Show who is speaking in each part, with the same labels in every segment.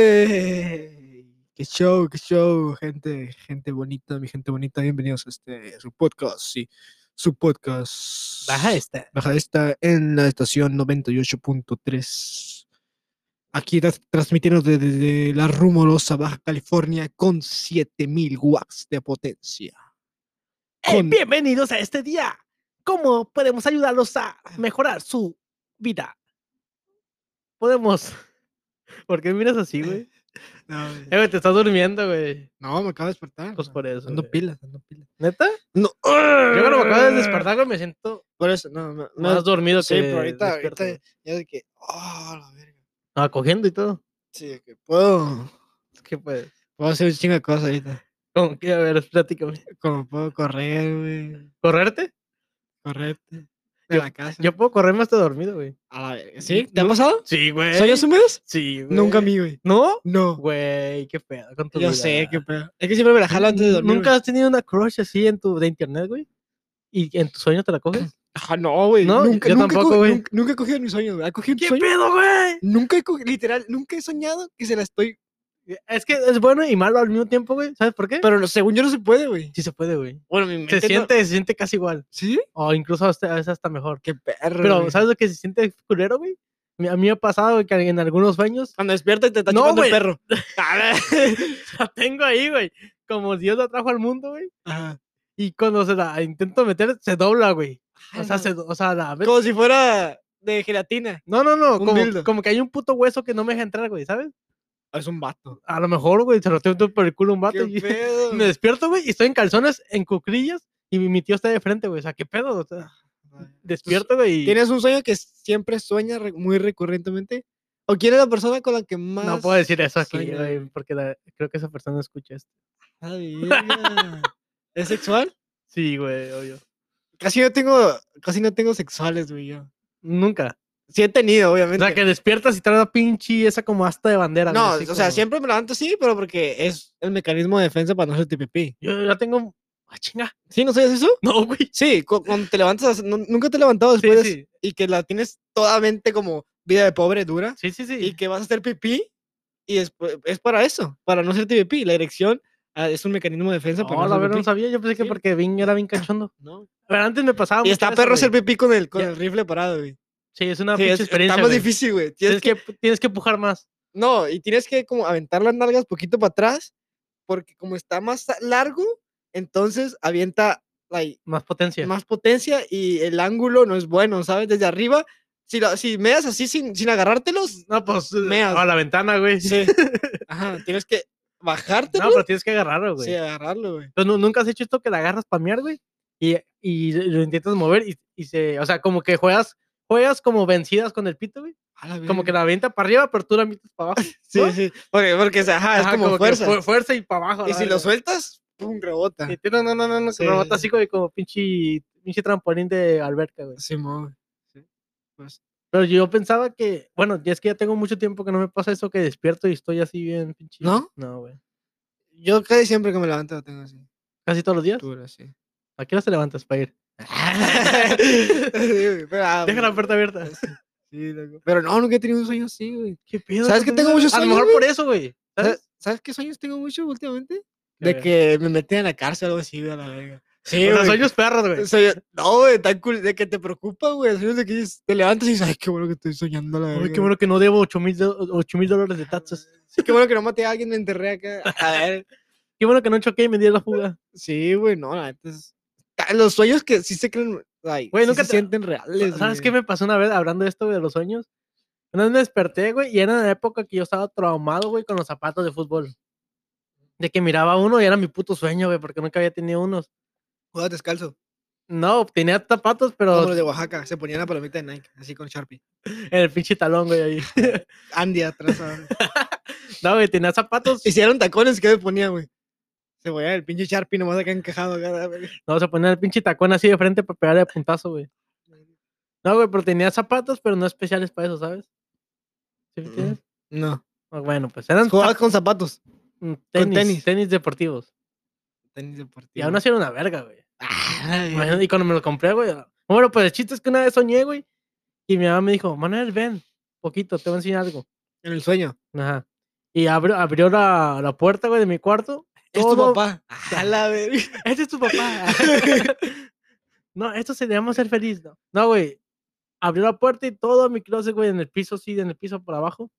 Speaker 1: ¡Ey! ¡Qué show, qué show! Gente, gente bonita, mi gente bonita, bienvenidos a este, a su podcast, sí, su podcast.
Speaker 2: Baja esta.
Speaker 1: Baja esta en la estación 98.3. Aquí tras- transmitiendo desde la rumorosa Baja California con 7000 watts de potencia.
Speaker 2: Hey,
Speaker 1: Con-
Speaker 2: ¡Eh, bienvenidos a este día. ¿Cómo podemos ayudarlos a mejorar su vida? Podemos. ¿Por qué miras así, güey?
Speaker 1: No,
Speaker 2: Eh, güey, te estás durmiendo, güey.
Speaker 1: no, me acabo de despertar.
Speaker 2: Pues por eso.
Speaker 1: Ando
Speaker 2: güey.
Speaker 1: pilas, ando pilas.
Speaker 2: ¿Neta?
Speaker 1: No.
Speaker 2: Yo cuando me acabo de despertar, güey, me siento
Speaker 1: Por eso, no, no, no,
Speaker 2: más dormido
Speaker 1: Sí,
Speaker 2: que.
Speaker 1: pero ahorita, ahorita
Speaker 2: despierto.
Speaker 1: ya de que, oh, la verga.
Speaker 2: Ah, cogiendo y todo.
Speaker 1: Sí, de que puedo,
Speaker 2: ¿Qué pues?
Speaker 1: puedo hacer un chingo de cosas ahorita.
Speaker 2: ¿Cómo que? A ver, platícame.
Speaker 1: Como puedo correr, güey,
Speaker 2: ¿Correrte?
Speaker 1: correrte. De la casa.
Speaker 2: Yo puedo correrme hasta dormido, güey.
Speaker 1: a la verga. ¿Sí? ¿Te ha pasado?
Speaker 2: Sí, güey.
Speaker 1: ¿Soy asumidos?
Speaker 2: Sí, güey.
Speaker 1: Nunca a mí, güey.
Speaker 2: ¿No?
Speaker 1: No.
Speaker 2: Güey, qué pedo con tu
Speaker 1: Yo
Speaker 2: vida.
Speaker 1: sé, qué pedo. Es que siempre me la jalo antes de dormir.
Speaker 2: ¿Nunca
Speaker 1: güey.
Speaker 2: has tenido una crush así en tu, de internet, güey? ¿Y en tu sueño te la coges?
Speaker 1: Ajá, no, güey.
Speaker 2: No,
Speaker 1: nunca,
Speaker 2: yo
Speaker 1: nunca, he
Speaker 2: tampoco,
Speaker 1: co-
Speaker 2: güey.
Speaker 1: Nunca, nunca he cogido en mi sueño, güey. ¿Has cogido en tu
Speaker 2: ¿Qué
Speaker 1: sueño?
Speaker 2: pedo, güey?
Speaker 1: Nunca he cogido, literal, nunca he soñado que se la estoy.
Speaker 2: Es que es bueno y malo al mismo tiempo, güey. ¿Sabes por qué?
Speaker 1: Pero no- según yo no se puede, güey.
Speaker 2: sí se puede, güey.
Speaker 1: Bueno, mi
Speaker 2: Se
Speaker 1: no-
Speaker 2: siente, se siente casi igual.
Speaker 1: ¿Sí?
Speaker 2: O incluso hasta- a veces hasta mejor.
Speaker 1: Qué perro.
Speaker 2: Pero,
Speaker 1: güey.
Speaker 2: ¿sabes lo que se siente culero, güey? Mi- A mí me ha pasado güey, que en algunos sueños
Speaker 1: Cuando despierta y te está
Speaker 2: No,
Speaker 1: chupando el
Speaker 2: güey.
Speaker 1: perro. A ver.
Speaker 2: la tengo ahí, güey. Como Dios la trajo al mundo, güey.
Speaker 1: Ajá.
Speaker 2: Y cuando se la intento meter, se dobla, güey. O sea,
Speaker 1: Ala.
Speaker 2: se, do- o sea la
Speaker 1: Como si fuera de gelatina.
Speaker 2: No, no, no.
Speaker 1: Un dildo.
Speaker 2: Como, como que hay un puto hueso que no me deja entrar, güey, ¿sabes?
Speaker 1: Es un vato.
Speaker 2: A lo mejor, güey, se lo tengo todo por el culo un vato.
Speaker 1: ¿Qué
Speaker 2: Y
Speaker 1: pedo?
Speaker 2: me despierto, güey, y estoy en calzones, en cuclillas, y mi, mi tío está de frente, güey. O sea, ¿qué pedo? O sea, despierto, güey. y-
Speaker 1: ¿Tienes un sueño que siempre sueñas re- muy recurrentemente? ¿O quién es la persona con la que más?
Speaker 2: No puedo decir eso aquí,
Speaker 1: sueño,
Speaker 2: güey,
Speaker 1: güey?
Speaker 2: porque la- creo que esa persona escucha esto.
Speaker 1: Ah, verga. ¿Es sexual?
Speaker 2: Sí, güey, obvio.
Speaker 1: Casi no tengo, casi no tengo sexuales, güey. yo.
Speaker 2: Nunca.
Speaker 1: Sí he tenido,
Speaker 2: O
Speaker 1: obviamente.
Speaker 2: sea, que despiertas y trae una pinche esa como hasta de bandera. güey,
Speaker 1: no,
Speaker 2: así
Speaker 1: o sea,
Speaker 2: como-
Speaker 1: siempre me levanto así, pero porque es el mecanismo de defensa para no hacerte pipí.
Speaker 2: Yo ya tengo. ¡Ah, chinga!
Speaker 1: ¿Sí? ¿No sabes eso?
Speaker 2: No, güey.
Speaker 1: Sí, cu- cuando te levantas, no- nunca te he levantado
Speaker 2: Sí,
Speaker 1: después de-
Speaker 2: sí,
Speaker 1: y que la tienes totalmente como vida de pobre dura
Speaker 2: sí, sí, sí.
Speaker 1: y que vas a hacer pipí y después es para eso, para no hacerte pipí. La erección ah, es un mecanismo de defensa para
Speaker 2: No, la
Speaker 1: hacer
Speaker 2: verdad no
Speaker 1: pipí,
Speaker 2: sabía. Yo pensé que
Speaker 1: Sí.
Speaker 2: porque Bing era bien cachondo.
Speaker 1: ¿no?
Speaker 2: Pero antes Ah, me pasaba.
Speaker 1: Y
Speaker 2: mucho
Speaker 1: está
Speaker 2: eso,
Speaker 1: perro hacer
Speaker 2: güey.
Speaker 1: pipí con el, con
Speaker 2: Ya-
Speaker 1: el rifle parado, güey.
Speaker 2: Sí, es una
Speaker 1: Sí,
Speaker 2: pinche
Speaker 1: es-
Speaker 2: experiencia.
Speaker 1: está más
Speaker 2: güey.
Speaker 1: difícil, güey. Tienes
Speaker 2: Tienes
Speaker 1: que,
Speaker 2: que, tienes que pujar más.
Speaker 1: no, y tienes que como aventar las nalgas poquito para atrás porque como está más a- largo, entonces avienta like,
Speaker 2: Más potencia.
Speaker 1: más potencia y el ángulo no es bueno, ¿sabes? Desde arriba, si, lo- si meas así sin, sin agarrártelos,
Speaker 2: No, pues.
Speaker 1: meas.
Speaker 2: A la ventana, güey.
Speaker 1: Sí. Ajá, tienes que bajarte,
Speaker 2: No, pero tienes que agarrarlo, güey.
Speaker 1: Sí, agarrarlo, güey.
Speaker 2: Pero nu- nunca has hecho esto que la agarras para mear, güey. Y, y lo intentas mover y, y se. O sea, como que juegas. Juegas como vencidas con el pito, güey. Como que la avienta para arriba, pero tú la metes para abajo.
Speaker 1: Sí,
Speaker 2: ¿no?
Speaker 1: sí. Porque, porque, o sea, ajá, Ah, es
Speaker 2: Ajá,
Speaker 1: como,
Speaker 2: que
Speaker 1: fuerza.
Speaker 2: fu- fuerza y para abajo. a
Speaker 1: Y
Speaker 2: la
Speaker 1: si lo
Speaker 2: verga.
Speaker 1: sueltas, pum, rebota.
Speaker 2: Y tú, No, no, no, no, no,
Speaker 1: Sí,
Speaker 2: que rebota
Speaker 1: sí,
Speaker 2: así, güey, como pinche, pinche trampolín de alberca, güey.
Speaker 1: Sí, mo, sí. Pues,
Speaker 2: Pero yo pensaba que, bueno, ya es que ya tengo mucho tiempo que no me pasa eso que despierto y estoy así bien pinche.
Speaker 1: ¿No?
Speaker 2: No, güey.
Speaker 1: yo casi siempre que me levanto lo tengo así.
Speaker 2: Casi todos los días.
Speaker 1: Duro, así.
Speaker 2: ¿A qué hora te levantas para ir?
Speaker 1: Sí, güey, pero, ah,
Speaker 2: Deja la
Speaker 1: güey,
Speaker 2: puerta abierta.
Speaker 1: sí, sí, loco. Pero no, nunca he tenido un sueño así, güey.
Speaker 2: ¿Qué pedo?
Speaker 1: ¿Sabes
Speaker 2: con
Speaker 1: que tengo
Speaker 2: eso?
Speaker 1: muchos
Speaker 2: A lo
Speaker 1: sueños,
Speaker 2: mejor
Speaker 1: güey?
Speaker 2: por eso, güey.
Speaker 1: ¿Sabes,
Speaker 2: ¿Sabes?
Speaker 1: ¿sabes qué sueños tengo mucho últimamente?
Speaker 2: Qué
Speaker 1: De
Speaker 2: ver.
Speaker 1: que me metí en la cárcel o algo así, güey, a la verga. Sí,
Speaker 2: o sea,
Speaker 1: güey.
Speaker 2: sueños perros, güey.
Speaker 1: Soy- no, güey, tan cool, de que te preocupa, güey. Sueños de que dices- te levantas y dices, ay, qué bueno que estoy soñando, la
Speaker 2: Uy,
Speaker 1: verga.
Speaker 2: qué bueno que no debo 8 mil dólares de taxas.
Speaker 1: Sí, qué bueno que no maté a alguien, me enterré acá. A ver.
Speaker 2: Qué bueno que no choqué y me di la fuga.
Speaker 1: Sí, güey, no, la neta es- ta- Los sueños que sí se creen, ay,
Speaker 2: Güey,
Speaker 1: sí
Speaker 2: nunca
Speaker 1: se
Speaker 2: te-
Speaker 1: sienten reales.
Speaker 2: ¿Sabes
Speaker 1: güey.
Speaker 2: qué me pasó una vez hablando de esto, güey, de los sueños? Una vez me desperté, güey, y era en la época que yo estaba traumado, güey, con los zapatos de fútbol. De que miraba uno y era mi puto sueño, güey, porque nunca había tenido unos.
Speaker 1: Jugaba descalzo,
Speaker 2: No, tenía zapatos, pero
Speaker 1: como los de Oaxaca, se ponían la palomita de Nike, así con Sharpie.
Speaker 2: en el pinche talón, güey, ahí.
Speaker 1: Andy atrás. ah, ¿sabes?
Speaker 2: No, güey, tenía zapatos.
Speaker 1: Hicieron tacones, ¿qué le ponía, güey? Se ponía el pinche Sharpie nomás acá encajado. acá, la verga.
Speaker 2: No, se ponía el pinche tacón así de frente para pegarle de puntazo, güey. No, güey, pero tenía zapatos, pero no especiales para eso, ¿sabes? ¿Sí me
Speaker 1: Mm.
Speaker 2: entiendes?
Speaker 1: No.
Speaker 2: Ah, Bueno, pues eran
Speaker 1: Jugabas
Speaker 2: zap-
Speaker 1: con zapatos.
Speaker 2: mm,
Speaker 1: tenis.
Speaker 2: tenis, tenis. deportivos.
Speaker 1: Tenis
Speaker 2: Y
Speaker 1: deportivo.
Speaker 2: aún así era una verga, güey.
Speaker 1: Ay,
Speaker 2: Imagínate, Y cuando me lo compré, güey. Bueno, pues el chiste es que una vez soñé, güey. Y mi mamá me dijo, Manuel, ven, poquito, te voy a enseñar algo.
Speaker 1: En el sueño.
Speaker 2: Ajá. Y abrió, abrió la, la puerta, güey, de mi cuarto.
Speaker 1: Es tu
Speaker 2: Todo-
Speaker 1: papá. A la verga.
Speaker 2: Este es tu papá. no, esto se llama ser feliz, ¿no? No, güey. Abrió la puerta y todo mi closet, güey, en el piso, sí, en el piso por abajo.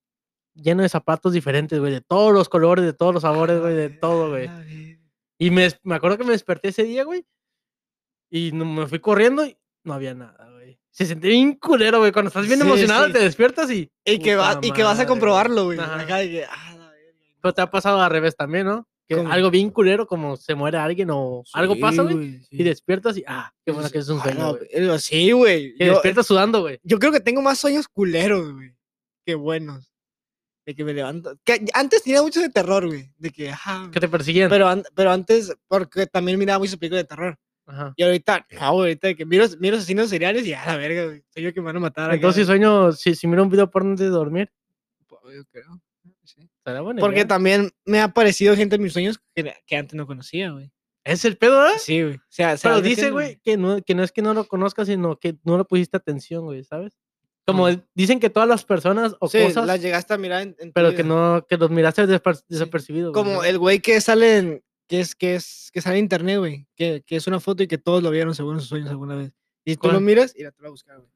Speaker 2: Lleno de zapatos diferentes, güey, de todos los colores, de todos los sabores, güey, de todo, güey.
Speaker 1: A la verga.
Speaker 2: Y me, des- me acuerdo que me desperté ese día, güey. Y no- me fui corriendo y no había nada, güey. Se sentía bien culero, güey. Cuando estás bien
Speaker 1: Sí,
Speaker 2: emocionado,
Speaker 1: sí.
Speaker 2: te despiertas y.
Speaker 1: Y que, va-
Speaker 2: puta
Speaker 1: y que vas a
Speaker 2: madre, güey.
Speaker 1: comprobarlo, güey.
Speaker 2: Ajá.
Speaker 1: Acá de que, a la verga.
Speaker 2: Pero pues, te ha pasado al revés también, ¿no? Que
Speaker 1: ¿Cómo?
Speaker 2: algo bien culero, como se muere alguien o algo
Speaker 1: Sí,
Speaker 2: pasa, güey.
Speaker 1: sí.
Speaker 2: Y despiertas y. Ah, qué bueno que es un
Speaker 1: A
Speaker 2: sueño.
Speaker 1: la
Speaker 2: güey.
Speaker 1: verga, Sí, güey. Yo,
Speaker 2: Que
Speaker 1: eh,
Speaker 2: despiertas sudando, güey.
Speaker 1: yo creo que tengo más sueños culeros, güey. Que buenos. De que me levanto. Que antes tenía mucho de terror, güey. De que, ajá.
Speaker 2: Que te persiguen.
Speaker 1: Pero, an- pero antes, porque también miraba muchas películas de terror.
Speaker 2: Ajá.
Speaker 1: Y ahorita, no, güey, ahorita de que miro, miro asesinos seriales y a la verga, güey. Soy yo que me van a matar. acá,
Speaker 2: Entonces, si
Speaker 1: güey.
Speaker 2: sueño, si, si miro un video porno antes de dormir,
Speaker 1: ah, Yo creo,
Speaker 2: ah, pues
Speaker 1: sí.
Speaker 2: estará bueno. ¿eh?
Speaker 1: Porque también me ha aparecido gente en mis sueños que, que antes no conocía, güey.
Speaker 2: Es el pedo, ¿eh?
Speaker 1: Sí, güey. O sea, se
Speaker 2: Pero
Speaker 1: van
Speaker 2: dice,
Speaker 1: metiendo,
Speaker 2: güey, que no, que no es que no lo conozcas, sino que no le pusiste atención, güey, ¿sabes? Como
Speaker 1: Mm.
Speaker 2: el- dicen que todas las personas o
Speaker 1: Sí,
Speaker 2: cosas,
Speaker 1: las llegaste a mirar en, en tu
Speaker 2: pero que
Speaker 1: vida.
Speaker 2: no, que los miraste desper- desapercibido. güey,
Speaker 1: Como
Speaker 2: ¿sabes?
Speaker 1: el güey que sale en, que es, que es, que sale en internet, güey. Que, que es una foto y que todos lo vieron según sus sueños alguna vez. Y tú lo
Speaker 2: ¿Cuál?
Speaker 1: miras y la te lo voy a buscar, güey.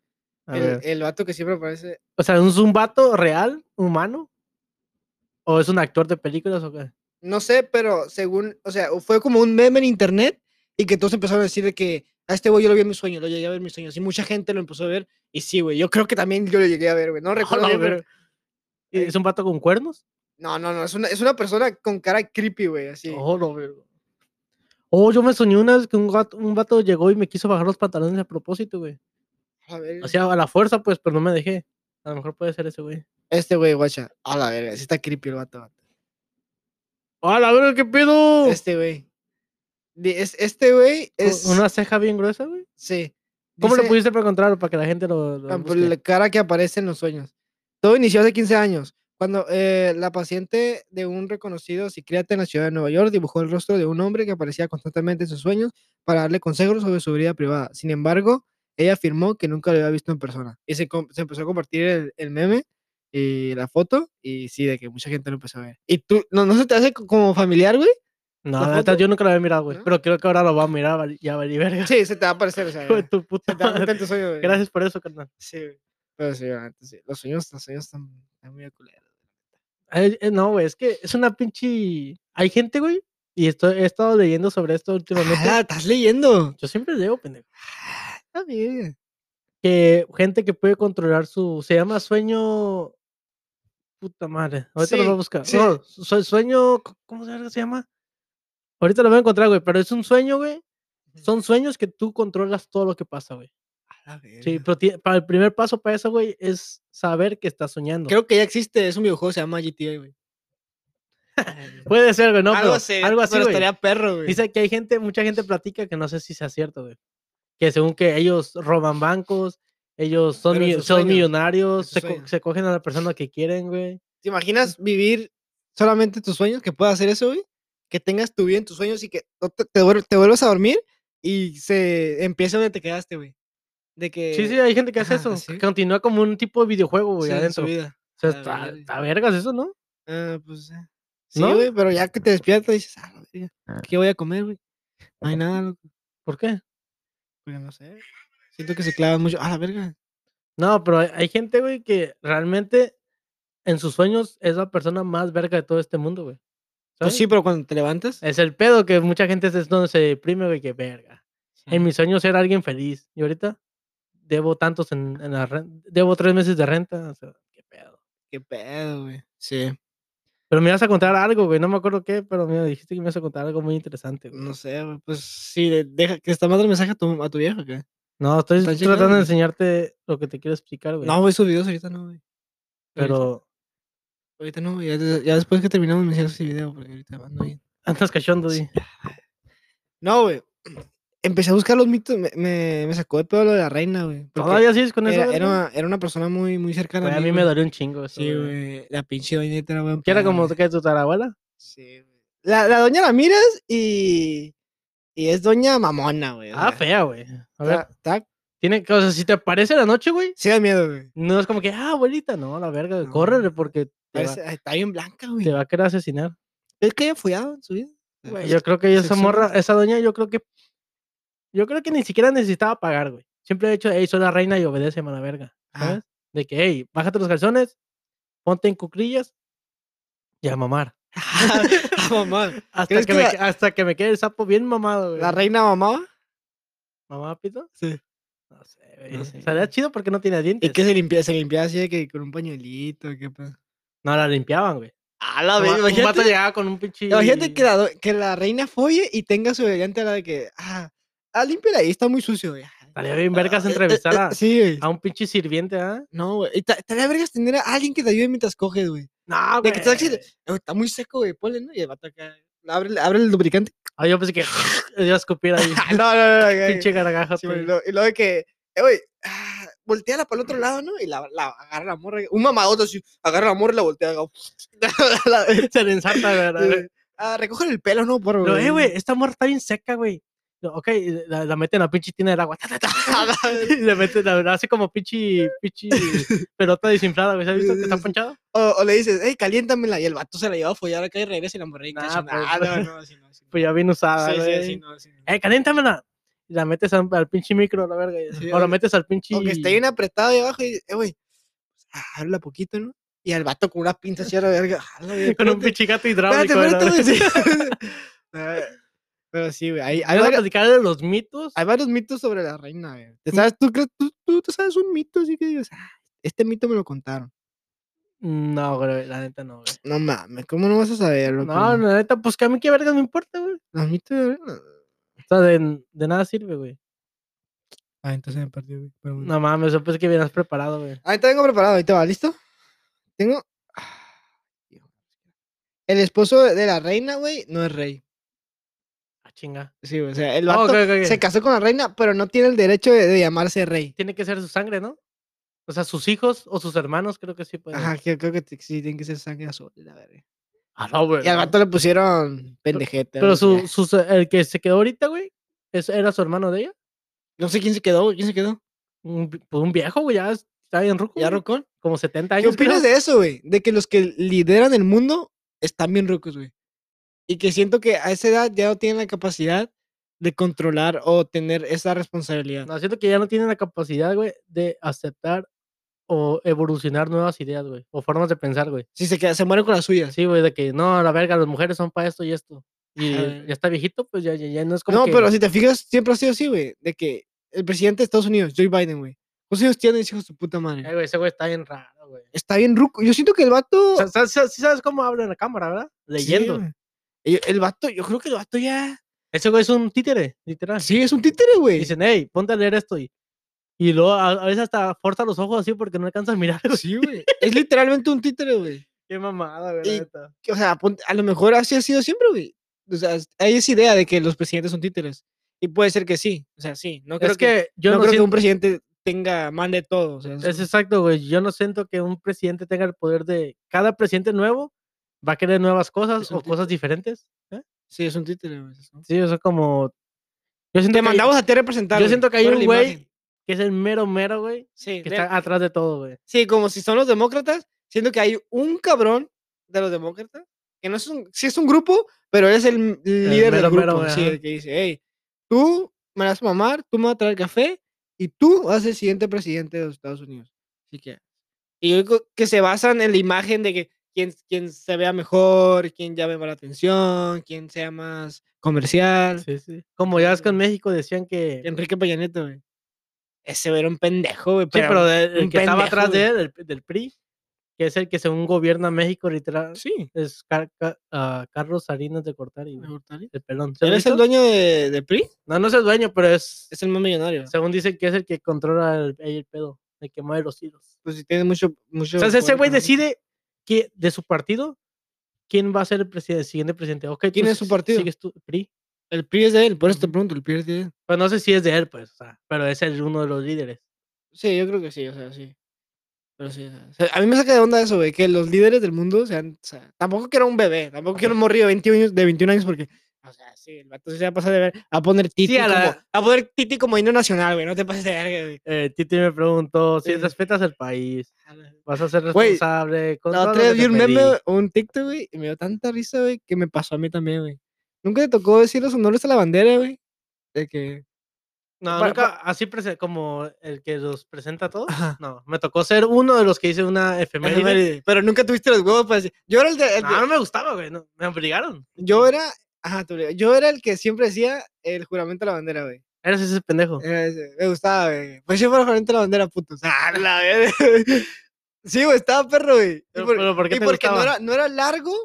Speaker 2: A
Speaker 1: El,
Speaker 2: ver.
Speaker 1: el vato que siempre aparece.
Speaker 2: O sea, ¿es un vato real, humano? ¿O es un actor de películas o qué?
Speaker 1: No sé, pero según, o sea, fue como un meme en internet y que todos empezaron a decir de que a este güey yo lo vi en mis sueños, lo llegué a ver en mis sueños. Y mucha gente lo empezó a ver. Y sí, güey, yo creo que también yo lo llegué a ver, güey. No recuerdo
Speaker 2: la
Speaker 1: bien, pero-
Speaker 2: verga. ¿Es un vato con cuernos?
Speaker 1: No, no, no, es una, es una persona con cara creepy, güey, así.
Speaker 2: Oh, la verga. Oh, yo me soñé una vez que un gato- un vato llegó y me quiso bajar los pantalones a propósito, güey.
Speaker 1: A ver.
Speaker 2: O sea, a la fuerza, pues, pero no me dejé. A lo mejor puede ser ese, güey.
Speaker 1: este güey, guacha. A la verga, sí está creepy el vato.
Speaker 2: ¡Ah, la verga, qué pedo!
Speaker 1: Este güey. Di- es- Este güey
Speaker 2: Con
Speaker 1: es.
Speaker 2: Una ceja bien gruesa, güey.
Speaker 1: Sí.
Speaker 2: ¿Cómo lo
Speaker 1: dice,
Speaker 2: pudiste encontrar para que la gente lo, lo
Speaker 1: ah, por
Speaker 2: busque?
Speaker 1: La cara que aparece en los sueños. Todo inició hace 15 años, cuando eh, la paciente de un reconocido psiquiatra en la ciudad de Nueva York dibujó el rostro de un hombre que aparecía constantemente en sus sueños para darle consejos sobre su vida privada. Sin embargo, ella afirmó que nunca lo había visto en persona. Y se, com- se empezó a compartir el, el meme y la foto, y sí, de que mucha gente lo empezó a ver. ¿Y tú, no, no se te hace co- como familiar, güey?
Speaker 2: No,
Speaker 1: la
Speaker 2: la neta,
Speaker 1: foto?
Speaker 2: yo nunca la había mirado, güey.
Speaker 1: ¿No?
Speaker 2: Pero creo que ahora lo va a mirar, vali- ya vale, verga.
Speaker 1: Sí, se te va a aparecer, o sea,
Speaker 2: Hijo de
Speaker 1: se
Speaker 2: tu puta
Speaker 1: te va a
Speaker 2: madre.
Speaker 1: aparecer en tus sueños, güey.
Speaker 2: Gracias por eso, carnal.
Speaker 1: Sí, güey. Pero sí, la neta, sí. Los sueños, los sueños están, están muy culeros.
Speaker 2: Eh, eh, No, güey, es que es una pinche... Hay gente, güey, y esto, he estado leyendo sobre esto últimamente.
Speaker 1: Ah, estás leyendo. Ah,
Speaker 2: Yo siempre leo, pendejo.
Speaker 1: Está bien.
Speaker 2: que gente que puede controlar su. Se llama sueño. Puta madre. Ahorita lo voy
Speaker 1: Sí,
Speaker 2: a buscar.
Speaker 1: sí.
Speaker 2: No, su- sueño. co- ¿Cómo se verga se llama? Ahorita lo voy a encontrar, güey. Pero es un sueño, güey.
Speaker 1: Ujú.
Speaker 2: Son sueños que tú controlas todo lo que pasa, güey.
Speaker 1: A la
Speaker 2: Sí,
Speaker 1: verga.
Speaker 2: pero ti- para el primer paso para eso, güey, es saber que estás soñando.
Speaker 1: Creo que ya existe, es un videojuego, se llama GTA, güey.
Speaker 2: Puede ser, güey, no, pero
Speaker 1: así,
Speaker 2: algo así,
Speaker 1: pero
Speaker 2: güey.
Speaker 1: estaría perro, güey.
Speaker 2: Dice que hay gente, mucha gente platica que no sé si sea cierto, güey. Que según que ellos roban bancos, ellos son,
Speaker 1: Pero es
Speaker 2: mi-
Speaker 1: su
Speaker 2: son
Speaker 1: sueño, es
Speaker 2: millonarios,
Speaker 1: su
Speaker 2: se, co-
Speaker 1: sueño.
Speaker 2: se cogen a la persona que quieren, güey.
Speaker 1: ¿Te imaginas vivir solamente tus sueños? Que puedas hacer eso, güey. Que tengas tu vida en tus sueños y que no te, te, vuel- te vuelvas a dormir y se empieza donde te quedaste, güey. De que.
Speaker 2: Sí, sí, hay gente que hace
Speaker 1: ajá,
Speaker 2: eso. que
Speaker 1: sí.
Speaker 2: Continúa como un tipo de videojuego, güey,
Speaker 1: sí, en su
Speaker 2: adentro. O
Speaker 1: vida.
Speaker 2: sea,
Speaker 1: a la
Speaker 2: está,
Speaker 1: verga.
Speaker 2: está vergas eso, ¿no?
Speaker 1: Ah, pues. eh, Sí,
Speaker 2: ¿No?
Speaker 1: güey, pero ya que te despiertas dices, ah, la verga, ¿qué voy a comer, güey? No hay nada, loco.
Speaker 2: ¿Por qué?
Speaker 1: Porque no sé. Siento que se clavan mucho. Ah, la verga.
Speaker 2: No, pero hay, hay gente, güey, que realmente en sus sueños es la persona más verga de todo este mundo, güey.
Speaker 1: Pues
Speaker 2: ¿sabes? Eh,
Speaker 1: sí, pero cuando te levantas.
Speaker 2: Es el pedo que mucha gente es donde se deprime, güey, que verga. En
Speaker 1: sí.
Speaker 2: mis sueños era alguien feliz. Y ahorita debo tantos en, en la renta. Debo tres meses de renta. O sea, qué pedo.
Speaker 1: Qué pedo, güey. Sí.
Speaker 2: Pero me ibas a contar algo, güey. No me acuerdo qué, pero me dijiste que me ibas a contar algo muy interesante, güey.
Speaker 1: No sé, güey. Pues sí, de- deja que está mandando mensaje a tu, a tu vieja, ¿qué?
Speaker 2: No, estoy
Speaker 1: ¿Estás
Speaker 2: tratando
Speaker 1: chingando?
Speaker 2: de enseñarte lo que te quiero explicar, güey.
Speaker 1: No, güey, sus videos ahorita no, güey. Ahorita-
Speaker 2: Pues. pero.
Speaker 1: Ahorita no, güey. Ya, des- ya después que terminamos me enseñas ese video, porque ahorita ando bien.
Speaker 2: Andas cachondo,
Speaker 1: Sí.
Speaker 2: di.
Speaker 1: No, güey. Empecé a buscar los mitos. Me, me, me sacó de pedo lo de la reina, güey. porque
Speaker 2: ¿Todavía sigues con eso?
Speaker 1: Era, era,
Speaker 2: verga?
Speaker 1: una, era una persona muy, muy cercana
Speaker 2: Güey, a mí me
Speaker 1: güey.
Speaker 2: dolió un chingo eso.
Speaker 1: Sí,
Speaker 2: güey.
Speaker 1: güey. La pinche doñita era
Speaker 2: Que era como que tu tarabuela.
Speaker 1: Sí, güey. La, la doña la miras y. Y es doña mamona, güey. o
Speaker 2: Ah,
Speaker 1: sea,
Speaker 2: fea, güey. A ver,
Speaker 1: Está, está
Speaker 2: Tiene, o sea, si te aparece en la noche, güey,
Speaker 1: Sí da miedo, güey.
Speaker 2: no es como que, ah, abuelita, no, la verga, güey,
Speaker 1: No,
Speaker 2: córrele porque te va,
Speaker 1: Parece- Está bien blanca, güey.
Speaker 2: te va a querer asesinar.
Speaker 1: ¿Es que haya follado en su vida?
Speaker 2: Güey, yo creo que esa
Speaker 1: sexual.
Speaker 2: morra, esa doña, yo creo que, yo creo que ni siquiera necesitaba pagar, güey. Siempre he hecho, hey, soy la reina y obedece, mala verga.
Speaker 1: Ajá.
Speaker 2: ¿sabes? De que, hey, bájate los calzones, ponte en cuclillas y a mamar.
Speaker 1: Ah, mamá.
Speaker 2: Hasta
Speaker 1: ¿Crees
Speaker 2: que,
Speaker 1: que
Speaker 2: me,
Speaker 1: la-
Speaker 2: que- hasta que me quede el sapo bien mamado, güey.
Speaker 1: ¿La reina mamaba?
Speaker 2: ¿Mamá, pito?
Speaker 1: Sí.
Speaker 2: No sé,
Speaker 1: No
Speaker 2: güey.
Speaker 1: sé,
Speaker 2: Estaría
Speaker 1: güey.
Speaker 2: chido porque no tiene dientes.
Speaker 1: ¿Y qué se limpia? ¿Se limpia así de que con un pañuelito? ¿Qué pedo?
Speaker 2: No, la limpiaban, güey.
Speaker 1: Ah, la
Speaker 2: Un
Speaker 1: ve-
Speaker 2: va- Un vato
Speaker 1: imagínate-
Speaker 2: llegaba con un pinche...
Speaker 1: Imagínate que la, do- que la reina folle y tenga su variante a la de que, ah, ah límpiala ahí, está muy sucio, güey. Ah,
Speaker 2: Estaría bien vergas
Speaker 1: eh, eh,
Speaker 2: entrevistar
Speaker 1: eh,
Speaker 2: a,
Speaker 1: Sí, güey.
Speaker 2: a un pinche sirviente, ¿ah?
Speaker 1: No, güey. Y ta- Estaría vergas tener a alguien que te ayude mientras coges, güey.
Speaker 2: No,
Speaker 1: De que te
Speaker 2: güey.
Speaker 1: accidentes. Eh, güey, Está muy seco, güey, ponle, ¿no? Y el vato acá, abre, el- abre el lubricante.
Speaker 2: Ah, yo pensé que le iba a escupir ahí.
Speaker 1: Ah, no, no, no. no,
Speaker 2: pinche pues.
Speaker 1: güey.
Speaker 2: gargajo.
Speaker 1: Sí, güey, y luego- y luego de que, eh, güey, ah, volteala para el otro lado, ¿no? Y la, la agarra la morra. Un mamadote así, agarra la morra y la voltea. haga la-
Speaker 2: Se le ensarta, güey, güey.
Speaker 1: Eh, ah, recoger el pelo, ¿no? Por
Speaker 2: Pero, eh, güey, esta morra está bien seca, güey. Yo, Ok, y la, la meten a pinche tina del agua. ta, ta, ta,
Speaker 1: Ah,
Speaker 2: y le meten, la, la hace como pinche, pinche pelota desinflada, güey. ¿Has visto que está
Speaker 1: Sí, sí, sí.
Speaker 2: ponchado?
Speaker 1: O, o le dices, hey, caliéntamela. Y el vato se la lleva a follar acá y regresa y la morra
Speaker 2: Nah,
Speaker 1: nah,
Speaker 2: pues,
Speaker 1: no, no, así no. Así no.
Speaker 2: Pues ya bien usada,
Speaker 1: Sí, sí,
Speaker 2: güey.
Speaker 1: así no, así no.
Speaker 2: Eh, caléntamela. Y la metes al, al pinche micro, la verga. y-
Speaker 1: Sí,
Speaker 2: o la
Speaker 1: o-
Speaker 2: metes al pinche.
Speaker 1: O que esté bien apretado ahí abajo y, eh, güey, ah, ábrela poquito, ¿no? Y al vato con una pinza así a la verga. "Ah, la verga,
Speaker 2: Con un
Speaker 1: espérate,
Speaker 2: pinche gato
Speaker 1: Espérate,
Speaker 2: hidráulico.
Speaker 1: espérate,
Speaker 2: Espérate,
Speaker 1: güey.
Speaker 2: espérate,
Speaker 1: sí. Eh, Pero sí, güey. Hay, hay
Speaker 2: Vamos a
Speaker 1: varias-
Speaker 2: platicar de los mitos.
Speaker 1: hay varios mitos sobre la reina, güey. ¿Te sabes, tú, crees- tú, tú, tú sabes un mito así que digas, "Ah, este mito me lo contaron.
Speaker 2: No, güey, la neta no, güey.
Speaker 1: No mames, ¿cómo no vas a saberlo?
Speaker 2: No, la neta, pues que a mí qué verga me importa, güey.
Speaker 1: Los mitos de la reina.
Speaker 2: O sea, de, de nada sirve, güey.
Speaker 1: Ah, entonces me perdí, güey. pero bueno.
Speaker 2: No mames, yo pensé que vienes preparado, güey.
Speaker 1: Ahí te vengo preparado, ahí te va, ¿listo? Tengo. ah, El esposo de de la reina, güey, no es rey.
Speaker 2: Ah, chinga.
Speaker 1: Sí, güey, o sea, el
Speaker 2: Ah,
Speaker 1: vato
Speaker 2: ok, ok, ok.
Speaker 1: se casó con la reina, pero no tiene el derecho de, de llamarse rey.
Speaker 2: Tiene que ser su sangre, ¿no? O sea, sus hijos o sus hermanos, creo que pues, sí pueden.
Speaker 1: Ajá, que- creo que t- sí, tiene que ser sangre azul, la verga.
Speaker 2: Ah, no, güey.
Speaker 1: Y al vato le pusieron pendejeta.
Speaker 2: Pero
Speaker 1: güey,
Speaker 2: su,
Speaker 1: ya.
Speaker 2: sus- el que se quedó ahorita, güey, es- era su hermano de ella.
Speaker 1: No sé quién se quedó, güey, quién se quedó.
Speaker 2: Un, vi- pues un viejo, güey, ya es- está bien ruco.
Speaker 1: ¿Ya
Speaker 2: güey,
Speaker 1: Rocón?
Speaker 2: Como 70
Speaker 1: ¿Qué
Speaker 2: años. creo.
Speaker 1: opinas de eso, güey? De que los que lideran el mundo están bien rocos, güey. Y que siento que a esa edad ya no tienen la capacidad de controlar o tener esa responsabilidad.
Speaker 2: No, siento que ya no tienen la capacidad, güey, de aceptar o evolucionar nuevas ideas, güey, o formas de pensar, güey.
Speaker 1: Si se, queda, se mueren con las suyas.
Speaker 2: Sí, güey, de que no, la verga, las mujeres son para esto y esto. Y
Speaker 1: Ajá.
Speaker 2: ya está viejito, pues ya, ya, ya no es como.
Speaker 1: No,
Speaker 2: que-
Speaker 1: pero si te fijas, siempre ha sido así, güey. De que el presidente de Estados Unidos, Joe Biden, güey. ¿Cuántos años tiene hijos de su puta
Speaker 2: Eh,
Speaker 1: madre?
Speaker 2: güey, ese güey está bien raro, güey.
Speaker 1: Está bien ruco. Yo siento que el vato.
Speaker 2: Sa- sa- sa- Sí sabes cómo habla en la cámara, ¿verdad?
Speaker 1: Sí,
Speaker 2: Leyendo.
Speaker 1: güey. el, el vato, yo creo que el vato ya.
Speaker 2: Ese güey es un títere, literal.
Speaker 1: Sí, es un títere, güey.
Speaker 2: Dicen, hey, ponte a leer esto. Y, y luego a, a veces hasta forza los ojos así porque no alcanza a mirar. güey.
Speaker 1: Sí, güey. Es literalmente un títere, güey.
Speaker 2: Qué mamada, güey. la
Speaker 1: Y-
Speaker 2: neta.
Speaker 1: que, O sea, ponte- a lo mejor así ha sido siempre, güey. O sea, hay esa idea de que los presidentes son títeres. Y puede ser que sí. O sea, sí. No creo
Speaker 2: Es que yo
Speaker 1: no
Speaker 2: no,
Speaker 1: creo que un
Speaker 2: siento-
Speaker 1: presidente tenga mande todo. O sea,
Speaker 2: Es exacto, güey. Yo no siento que un presidente tenga el poder de. Cada presidente nuevo va a querer nuevas cosas
Speaker 1: Es
Speaker 2: o
Speaker 1: un
Speaker 2: cosas diferentes.
Speaker 1: sí, es un títere, güey.
Speaker 2: Sí, eso es como. Yo siento
Speaker 1: Te
Speaker 2: que, hay-
Speaker 1: mandamos a ti a representar.
Speaker 2: yo
Speaker 1: güey,
Speaker 2: siento que hay
Speaker 1: por
Speaker 2: un
Speaker 1: la
Speaker 2: güey
Speaker 1: imagen.
Speaker 2: que es el mero mero, güey,
Speaker 1: Sí,
Speaker 2: que
Speaker 1: de-
Speaker 2: está atrás de todo, güey.
Speaker 1: sí, como si son los demócratas. Siento que hay un cabrón de los demócratas. Que no es un. Sí, es un grupo, pero es el m- líder
Speaker 2: mero,
Speaker 1: del
Speaker 2: mero,
Speaker 1: grupo.
Speaker 2: güey,
Speaker 1: sí,
Speaker 2: ajá.
Speaker 1: el que dice, hey, tú me vas a mamar, tú me vas a traer café y tú vas a ser el siguiente presidente de los Estados Unidos. Así que. Y yo digo que se basan en la imagen de que quien, quien se vea mejor, quien llame más la atención, quien sea más comercial.
Speaker 2: Sí, sí. Como ya es que en México decían que.
Speaker 1: Enrique Peña Nieto, güey. Ese güey era un pendejo, güey.
Speaker 2: Sí, pero de- el
Speaker 1: un
Speaker 2: que estaba
Speaker 1: pendejo,
Speaker 2: atrás de
Speaker 1: güey.
Speaker 2: él, el- del PRI, que es el que según gobierna México, literal,
Speaker 1: Sí.
Speaker 2: es Car- Ca- ah, Carlos Salinas de Cortari, güey, el pelón. ¿Sí lo
Speaker 1: ¿Él
Speaker 2: has
Speaker 1: es el
Speaker 2: visto?
Speaker 1: dueño de, de PRI?
Speaker 2: No, no es el dueño, pero es,
Speaker 1: Es el más millonario.
Speaker 2: según dicen que es el que controla el, ahí el pedo, el que mueve los hilos.
Speaker 1: Pues si tiene mucho. mucho
Speaker 2: O sea, ese
Speaker 1: poder
Speaker 2: güey
Speaker 1: económico.
Speaker 2: decide que, de su partido quién va a ser el, preside- el siguiente presidente. Okay, tú
Speaker 1: ¿Quién es
Speaker 2: si-
Speaker 1: su partido?
Speaker 2: Sigues tú, PRI.
Speaker 1: El PRI es de él, por eso te
Speaker 2: Ujú.
Speaker 1: pregunto, el PRI es de él.
Speaker 2: Pues no sé si es de él, pues, o sea, pero es el, uno de los líderes.
Speaker 1: Sí, yo creo que sí, o sea, sí. Pero sí, o sea, o sea, a mí me saca de onda eso, güey, que los líderes del mundo sean. O sea, tampoco que era un bebé, tampoco que era un morrillo de 21 años, de 21 años porque O sea, sí, el vato sí se va a pasar de ver. A poner Titi,
Speaker 2: a la-
Speaker 1: como, a poner Titi como himno nacional, güey. No te pases de verga, güey.
Speaker 2: Eh, Titi me preguntó, si
Speaker 1: Sí.
Speaker 2: respetas el país, vas a ser
Speaker 1: Güey,
Speaker 2: responsable. con
Speaker 1: La
Speaker 2: todo Pues
Speaker 1: otra
Speaker 2: lo
Speaker 1: vez
Speaker 2: que
Speaker 1: vi
Speaker 2: te
Speaker 1: un
Speaker 2: pedí".
Speaker 1: meme, un TikTok, güey, y me dio tanta risa, güey, que me pasó a mí también, güey. Nunca te tocó decir los honores a la bandera, güey. De que.
Speaker 2: No,
Speaker 1: Pa-
Speaker 2: nunca, así prese- como el que los presenta a todos.
Speaker 1: Ajá.
Speaker 2: No, me tocó ser uno de los que hice una efeméride.
Speaker 1: efeméride, Pero nunca tuviste los huevos para decir. Yo era el de. el
Speaker 2: No,
Speaker 1: de-
Speaker 2: no me gustaba, güey. no, me obligaron.
Speaker 1: yo era. Ajá, tú, yo era el que siempre decía el juramento a la bandera, güey.
Speaker 2: Eres ese pendejo.
Speaker 1: Era ese, Me gustaba, güey. Pues yo fuera frente a la bandera, putos. ¡Ah, la verga! Sí, güey, estaba perro, güey. Y,
Speaker 2: Pero-
Speaker 1: por-
Speaker 2: pero ¿por qué
Speaker 1: y
Speaker 2: te
Speaker 1: porque no
Speaker 2: gustaba?
Speaker 1: era, no era largo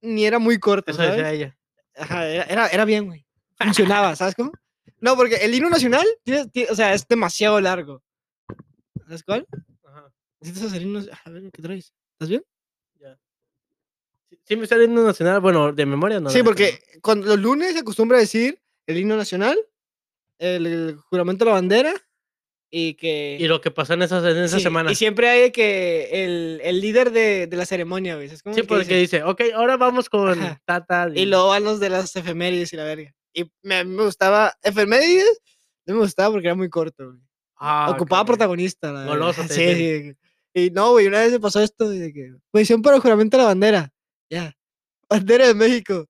Speaker 1: ni era muy corto,
Speaker 2: Eso
Speaker 1: ¿sabes?
Speaker 2: decía ella.
Speaker 1: Ajá, era, era, era bien, güey. Funcionaba, ¿sabes cómo? No, porque el himno nacional, tiene- tiene- o sea, es demasiado largo. ¿Sabes cuál?
Speaker 2: Ajá.
Speaker 1: Necesitas hacer himnos. A ver, ¿qué traes? ¿Estás bien?
Speaker 2: Sí, sí me sale el himno nacional, bueno, de memoria no. la
Speaker 1: sí,
Speaker 2: neta,
Speaker 1: porque cuando los lunes se acostumbra a decir el himno nacional, el, el juramento a la bandera y que.
Speaker 2: no. Y lo que pasó en esas, en esas
Speaker 1: Sí, Y
Speaker 2: semanas. Sí,
Speaker 1: siempre hay de que el, el líder de, de la ceremonia, ¿ves? Es como el que
Speaker 2: porque
Speaker 1: dice-
Speaker 2: dice, ok, ahora vamos con
Speaker 1: Ajá.
Speaker 2: tal, tal.
Speaker 1: Y luego van los de las efemérides y la verga. Y me, a mí me gustaba. Efemérides no me gustaba porque era muy corto, güey.
Speaker 2: Ah,
Speaker 1: Ocupaba
Speaker 2: cabrón.
Speaker 1: protagonista. La verga.
Speaker 2: Goloso, te
Speaker 1: Sí,
Speaker 2: dicen.
Speaker 1: sí. de que- Y no, güey, una vez se pasó esto de que. pues, Posición para el juramento a la bandera. Ya. Bandera de México.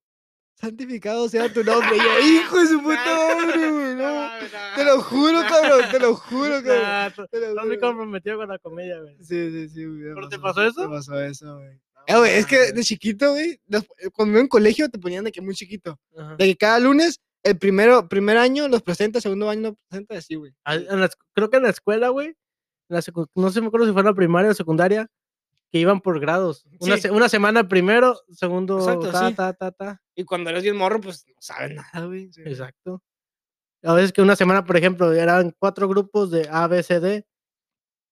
Speaker 1: Santificado sea tu nombre. Y yo, hijo de su puta madre, güey. no. Te lo juro, cabrón. Te lo juro, cabrón.
Speaker 2: Nah, tú-
Speaker 1: Te lo
Speaker 2: no me
Speaker 1: juro.
Speaker 2: comprometió con la comedia, güey.
Speaker 1: Sí, sí, sí, güey. me
Speaker 2: ¿Pero te pasó eso?
Speaker 1: Me pasó eso, güey. Eh, güey, es que de chiquito, güey, los- cuando iba en colegio te ponían de que muy chiquito.
Speaker 2: Ajá.
Speaker 1: De que cada lunes, el primero, primer año los presenta, segundo año los presenta, así, güey.
Speaker 2: Ah, en la escu- creo que en la escuela, güey, en la secu- no sé me acuerdo si fue en la primaria o secundaria, que iban por grados. Una,
Speaker 1: Sí.
Speaker 2: se- una semana primero, segundo,
Speaker 1: Exacto,
Speaker 2: ta,
Speaker 1: sí.
Speaker 2: ta, ta, ta.
Speaker 1: Y cuando eres bien morro, pues no saben nada, güey. sí.
Speaker 2: Exacto. A veces que una semana, por ejemplo, eran cuatro grupos de A, B, C, D.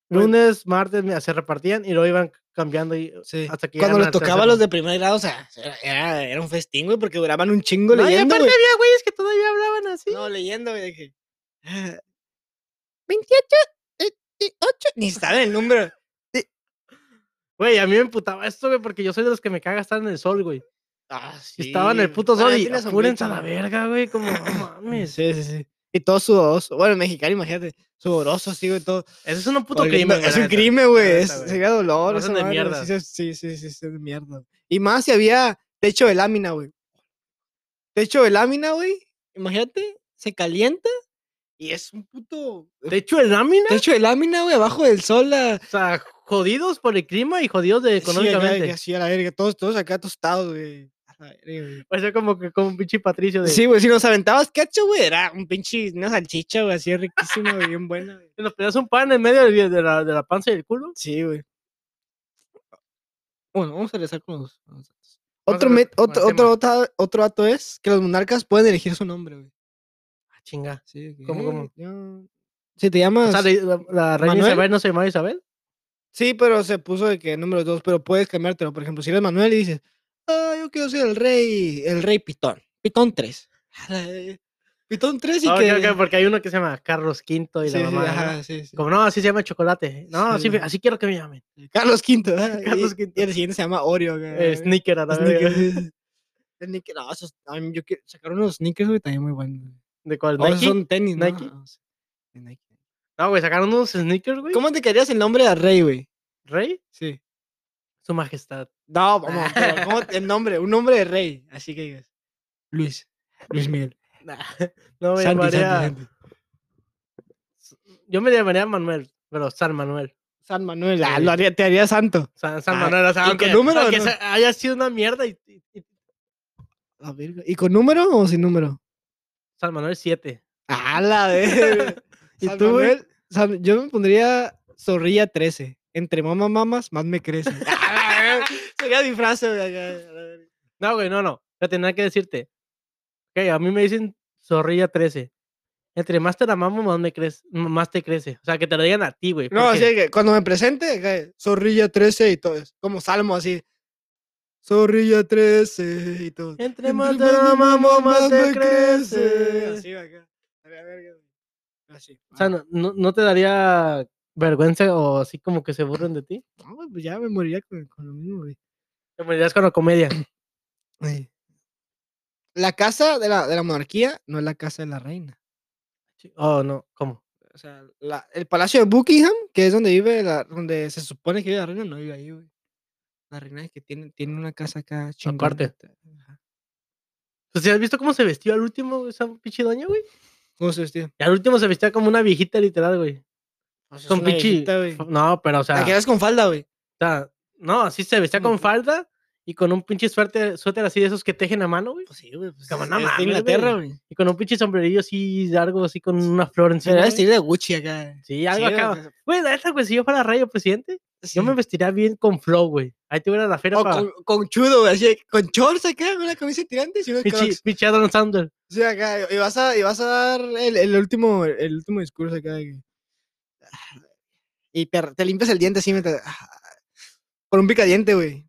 Speaker 1: Bueno.
Speaker 2: Lunes, martes, mira, se repartían y lo iban c- cambiando y
Speaker 1: Sí.
Speaker 2: hasta que
Speaker 1: Cuando
Speaker 2: llegaron
Speaker 1: les
Speaker 2: al
Speaker 1: tocaba a
Speaker 2: tercero.
Speaker 1: los de primer grado, o sea, era, era- era un festín, güey, porque duraban un chingo
Speaker 2: No, y
Speaker 1: leyendo, güey.
Speaker 2: aparte había güeyes que todavía hablaban así.
Speaker 1: No, leyendo, güey, de que... "Ah, 28, 28, ni saben el número.
Speaker 2: Güey, a mí me emputaba esto, güey, porque yo soy de los que me caga estar en el sol, güey.
Speaker 1: Ah,
Speaker 2: Y Estaba en el
Speaker 1: sí.
Speaker 2: puto
Speaker 1: Bueno,
Speaker 2: sol
Speaker 1: ya
Speaker 2: y
Speaker 1: tiene
Speaker 2: apúrense a
Speaker 1: sombrita,
Speaker 2: la
Speaker 1: güey.
Speaker 2: verga, güey, como no mames.
Speaker 1: Sí, sí, sí. Y todo sudoroso. Bueno, mexicano, imagínate. Sudoroso, sí, güey, todo.
Speaker 2: Eso es un puto
Speaker 1: Oliendo-
Speaker 2: crimen. güey,
Speaker 1: Es
Speaker 2: la
Speaker 1: un
Speaker 2: neta.
Speaker 1: crimen, güey.
Speaker 2: neta,
Speaker 1: es-
Speaker 2: güey.
Speaker 1: Sería dolor.
Speaker 2: Lo
Speaker 1: esa
Speaker 2: hacen de
Speaker 1: madre, güey,
Speaker 2: mierda.
Speaker 1: Sí, se- sí, sí, sí, sí, es de mierda. Y más si había techo de lámina, güey. Techo de lámina, güey. Imagínate, se calienta y es un puto.
Speaker 2: De hecho, el lámina,
Speaker 1: Techo de lámina, güey, abajo del sol. ah, La...
Speaker 2: o sea, jodidos por el clima y jodidos de
Speaker 1: Sí, acá,
Speaker 2: económicamente.
Speaker 1: sí, a la verga. Todos, todos acá tostados, güey. A la verga, güey.
Speaker 2: O sea, como que como un pinche Patricio de.
Speaker 1: Sí, güey, si nos aventabas cacho, güey, era un pinche, una salchicha, güey, así riquísima, güey, bien buena, güey.
Speaker 2: Nos pegas un pan en medio del- de la, de la panza y el culo.
Speaker 1: Sí, güey. Bueno, vamos a regresar con los. con los datos.
Speaker 2: Vamos a
Speaker 1: Otro,
Speaker 2: regresar
Speaker 1: met-
Speaker 2: con el
Speaker 1: otro, otro, dato- otro dato es que los monarcas pueden elegir su nombre, güey.
Speaker 2: Ah, chinga.
Speaker 1: Sí, de que,
Speaker 2: ¿Cómo, cómo?
Speaker 1: "Eh, yo-". Si te
Speaker 2: O
Speaker 1: llamas.
Speaker 2: sea, de- la, la reina
Speaker 1: ¿Manuel?
Speaker 2: Isabel no se llamaba Isabel.
Speaker 1: Sí, pero se puso de que número dos, pero puedes cambiártelo. Por ejemplo, si eres Manuel y dices, ah, yo quiero ser el rey, el rey Pitón. Pitón 3. Pitón 3 y
Speaker 2: Ah, ok,
Speaker 1: que.
Speaker 2: ok, porque hay uno que se llama Carlos V y
Speaker 1: Sí,
Speaker 2: la
Speaker 1: sí,
Speaker 2: mamá.
Speaker 1: ajá, sí, sí.
Speaker 2: Como no, así se llama chocolate. No,
Speaker 1: Sí,
Speaker 2: así,
Speaker 1: güey.
Speaker 2: así quiero que me llamen.
Speaker 1: Carlos Quinto. ah,
Speaker 2: Carlos
Speaker 1: y- Y el siguiente se llama Oreo. güey,
Speaker 2: Eh,
Speaker 1: güey.
Speaker 2: sneaker a la
Speaker 1: Sneakers, sí,
Speaker 2: verga.
Speaker 1: sí. El Nike, no, esos, a mí yo quiero sacar unos sneakers, güey, también muy buenos. güey.
Speaker 2: ¿De cuál?
Speaker 1: O esos
Speaker 2: Nike?
Speaker 1: son tenis, ¿no?
Speaker 2: Nike.
Speaker 1: Ah, sí, de Nike.
Speaker 2: No, güey, sacaron unos sneakers, güey.
Speaker 1: ¿Cómo te querías el nombre de rey, güey?
Speaker 2: ¿Rey?
Speaker 1: Sí.
Speaker 2: Su majestad.
Speaker 1: No, vamos, pero ¿cómo te- el nombre? Un nombre de rey, así que digas. Luis. Luis Miguel.
Speaker 2: Nah, no me
Speaker 1: Santi, Santi,
Speaker 2: llamaría.
Speaker 1: Santi.
Speaker 2: Yo me llamaría Manuel, pero San Manuel.
Speaker 1: San Manuel. ah,
Speaker 2: Sí.
Speaker 1: lo haría, te haría santo.
Speaker 2: San, San
Speaker 1: Ah,
Speaker 2: Manuel, o sea,
Speaker 1: ¿y
Speaker 2: aunque,
Speaker 1: con número o
Speaker 2: aunque
Speaker 1: no?
Speaker 2: sea- haya sido una mierda. Y, y- y-
Speaker 1: A ver, ¿Y con número o sin número?
Speaker 2: San Manuel 7.
Speaker 1: A la verga.
Speaker 2: ¿Y
Speaker 1: San
Speaker 2: tú, güey?
Speaker 1: Manuel, San- yo me pondría Zorrilla 13. Entre mamá mamas, más me crece. A la verga, Sería disfraz, güey. acá, a la verga.
Speaker 2: No, güey, no, no. Yo tenía que decirte. Ok, a mí me dicen Zorrilla 13. Entre más te la mamo, más, me crece, más te crece. O sea, que te lo digan a ti, güey.
Speaker 1: No,
Speaker 2: porque-
Speaker 1: así que cuando me presente, acá, Zorrilla 13 y todo, es como salmo así. Zorrilla 13 y todo.
Speaker 2: Entre más te la mamo, más te crece.
Speaker 1: Así, acá. a la verga, güey. Así. Ah,
Speaker 2: O sea, no, no- ¿no te daría vergüenza o así como que se burlen de ti?
Speaker 1: No, güey, pues ya me moriría con, con lo mismo, güey.
Speaker 2: Te morirías con la comedia.
Speaker 1: Ay. La casa de la, de la monarquía no es la casa de la reina.
Speaker 2: Sí. Oh, no, ¿cómo?
Speaker 1: O sea, la- el palacio de Buckingham, que es donde vive la, donde se supone que vive la reina, no vive ahí, güey. La reina es que tiene, tiene una casa acá chingona.
Speaker 2: Aparte.
Speaker 1: Ajá.
Speaker 2: Pues, ¿sí ¿Has visto cómo se vestió al último esa pinche doña, güey?
Speaker 1: ¿Cómo se vestía?
Speaker 2: Y al último se vestía como una viejita, literal, güey.
Speaker 1: Pues es
Speaker 2: Con
Speaker 1: una
Speaker 2: pinche.
Speaker 1: viejita, güey.
Speaker 2: f- No, pero, o sea.
Speaker 1: La quedas con falda, güey.
Speaker 2: o sea, no, así se vestía
Speaker 1: ¿Cómo
Speaker 2: con
Speaker 1: que?
Speaker 2: falda y con un pinche suéter, suéter así de esos que tejen a mano, güey.
Speaker 1: Pues sí, güey. Pues
Speaker 2: Como
Speaker 1: es-
Speaker 2: no
Speaker 1: es de
Speaker 2: mames, güey.
Speaker 1: Inglaterra, güey.
Speaker 2: Y con un pinche sombrerillo así largo, así con una flor
Speaker 1: Se
Speaker 2: encima.
Speaker 1: va a
Speaker 2: güey.
Speaker 1: vestir de Gucci acá.
Speaker 2: Sí, algo
Speaker 1: este Sí,
Speaker 2: acá.
Speaker 1: o sea,
Speaker 2: Güey, la neta, güey, si yo fuera rey o presidente,
Speaker 1: sí.
Speaker 2: yo me vestiría bien con flow, güey. Ahí te hubiera la feria
Speaker 1: O
Speaker 2: para.
Speaker 1: con, con chudo, güey, así, con shorts acá, con una camisa de tirantes y unos
Speaker 2: Pinche
Speaker 1: crocs.
Speaker 2: pinche Adam Sandler.
Speaker 1: Sí, acá, y vas a, y vas a dar el, el último, el último discurso acá. de que, "Ah", Y te, te limpias el diente así mientras... "Ah", Por un picadiente, güey.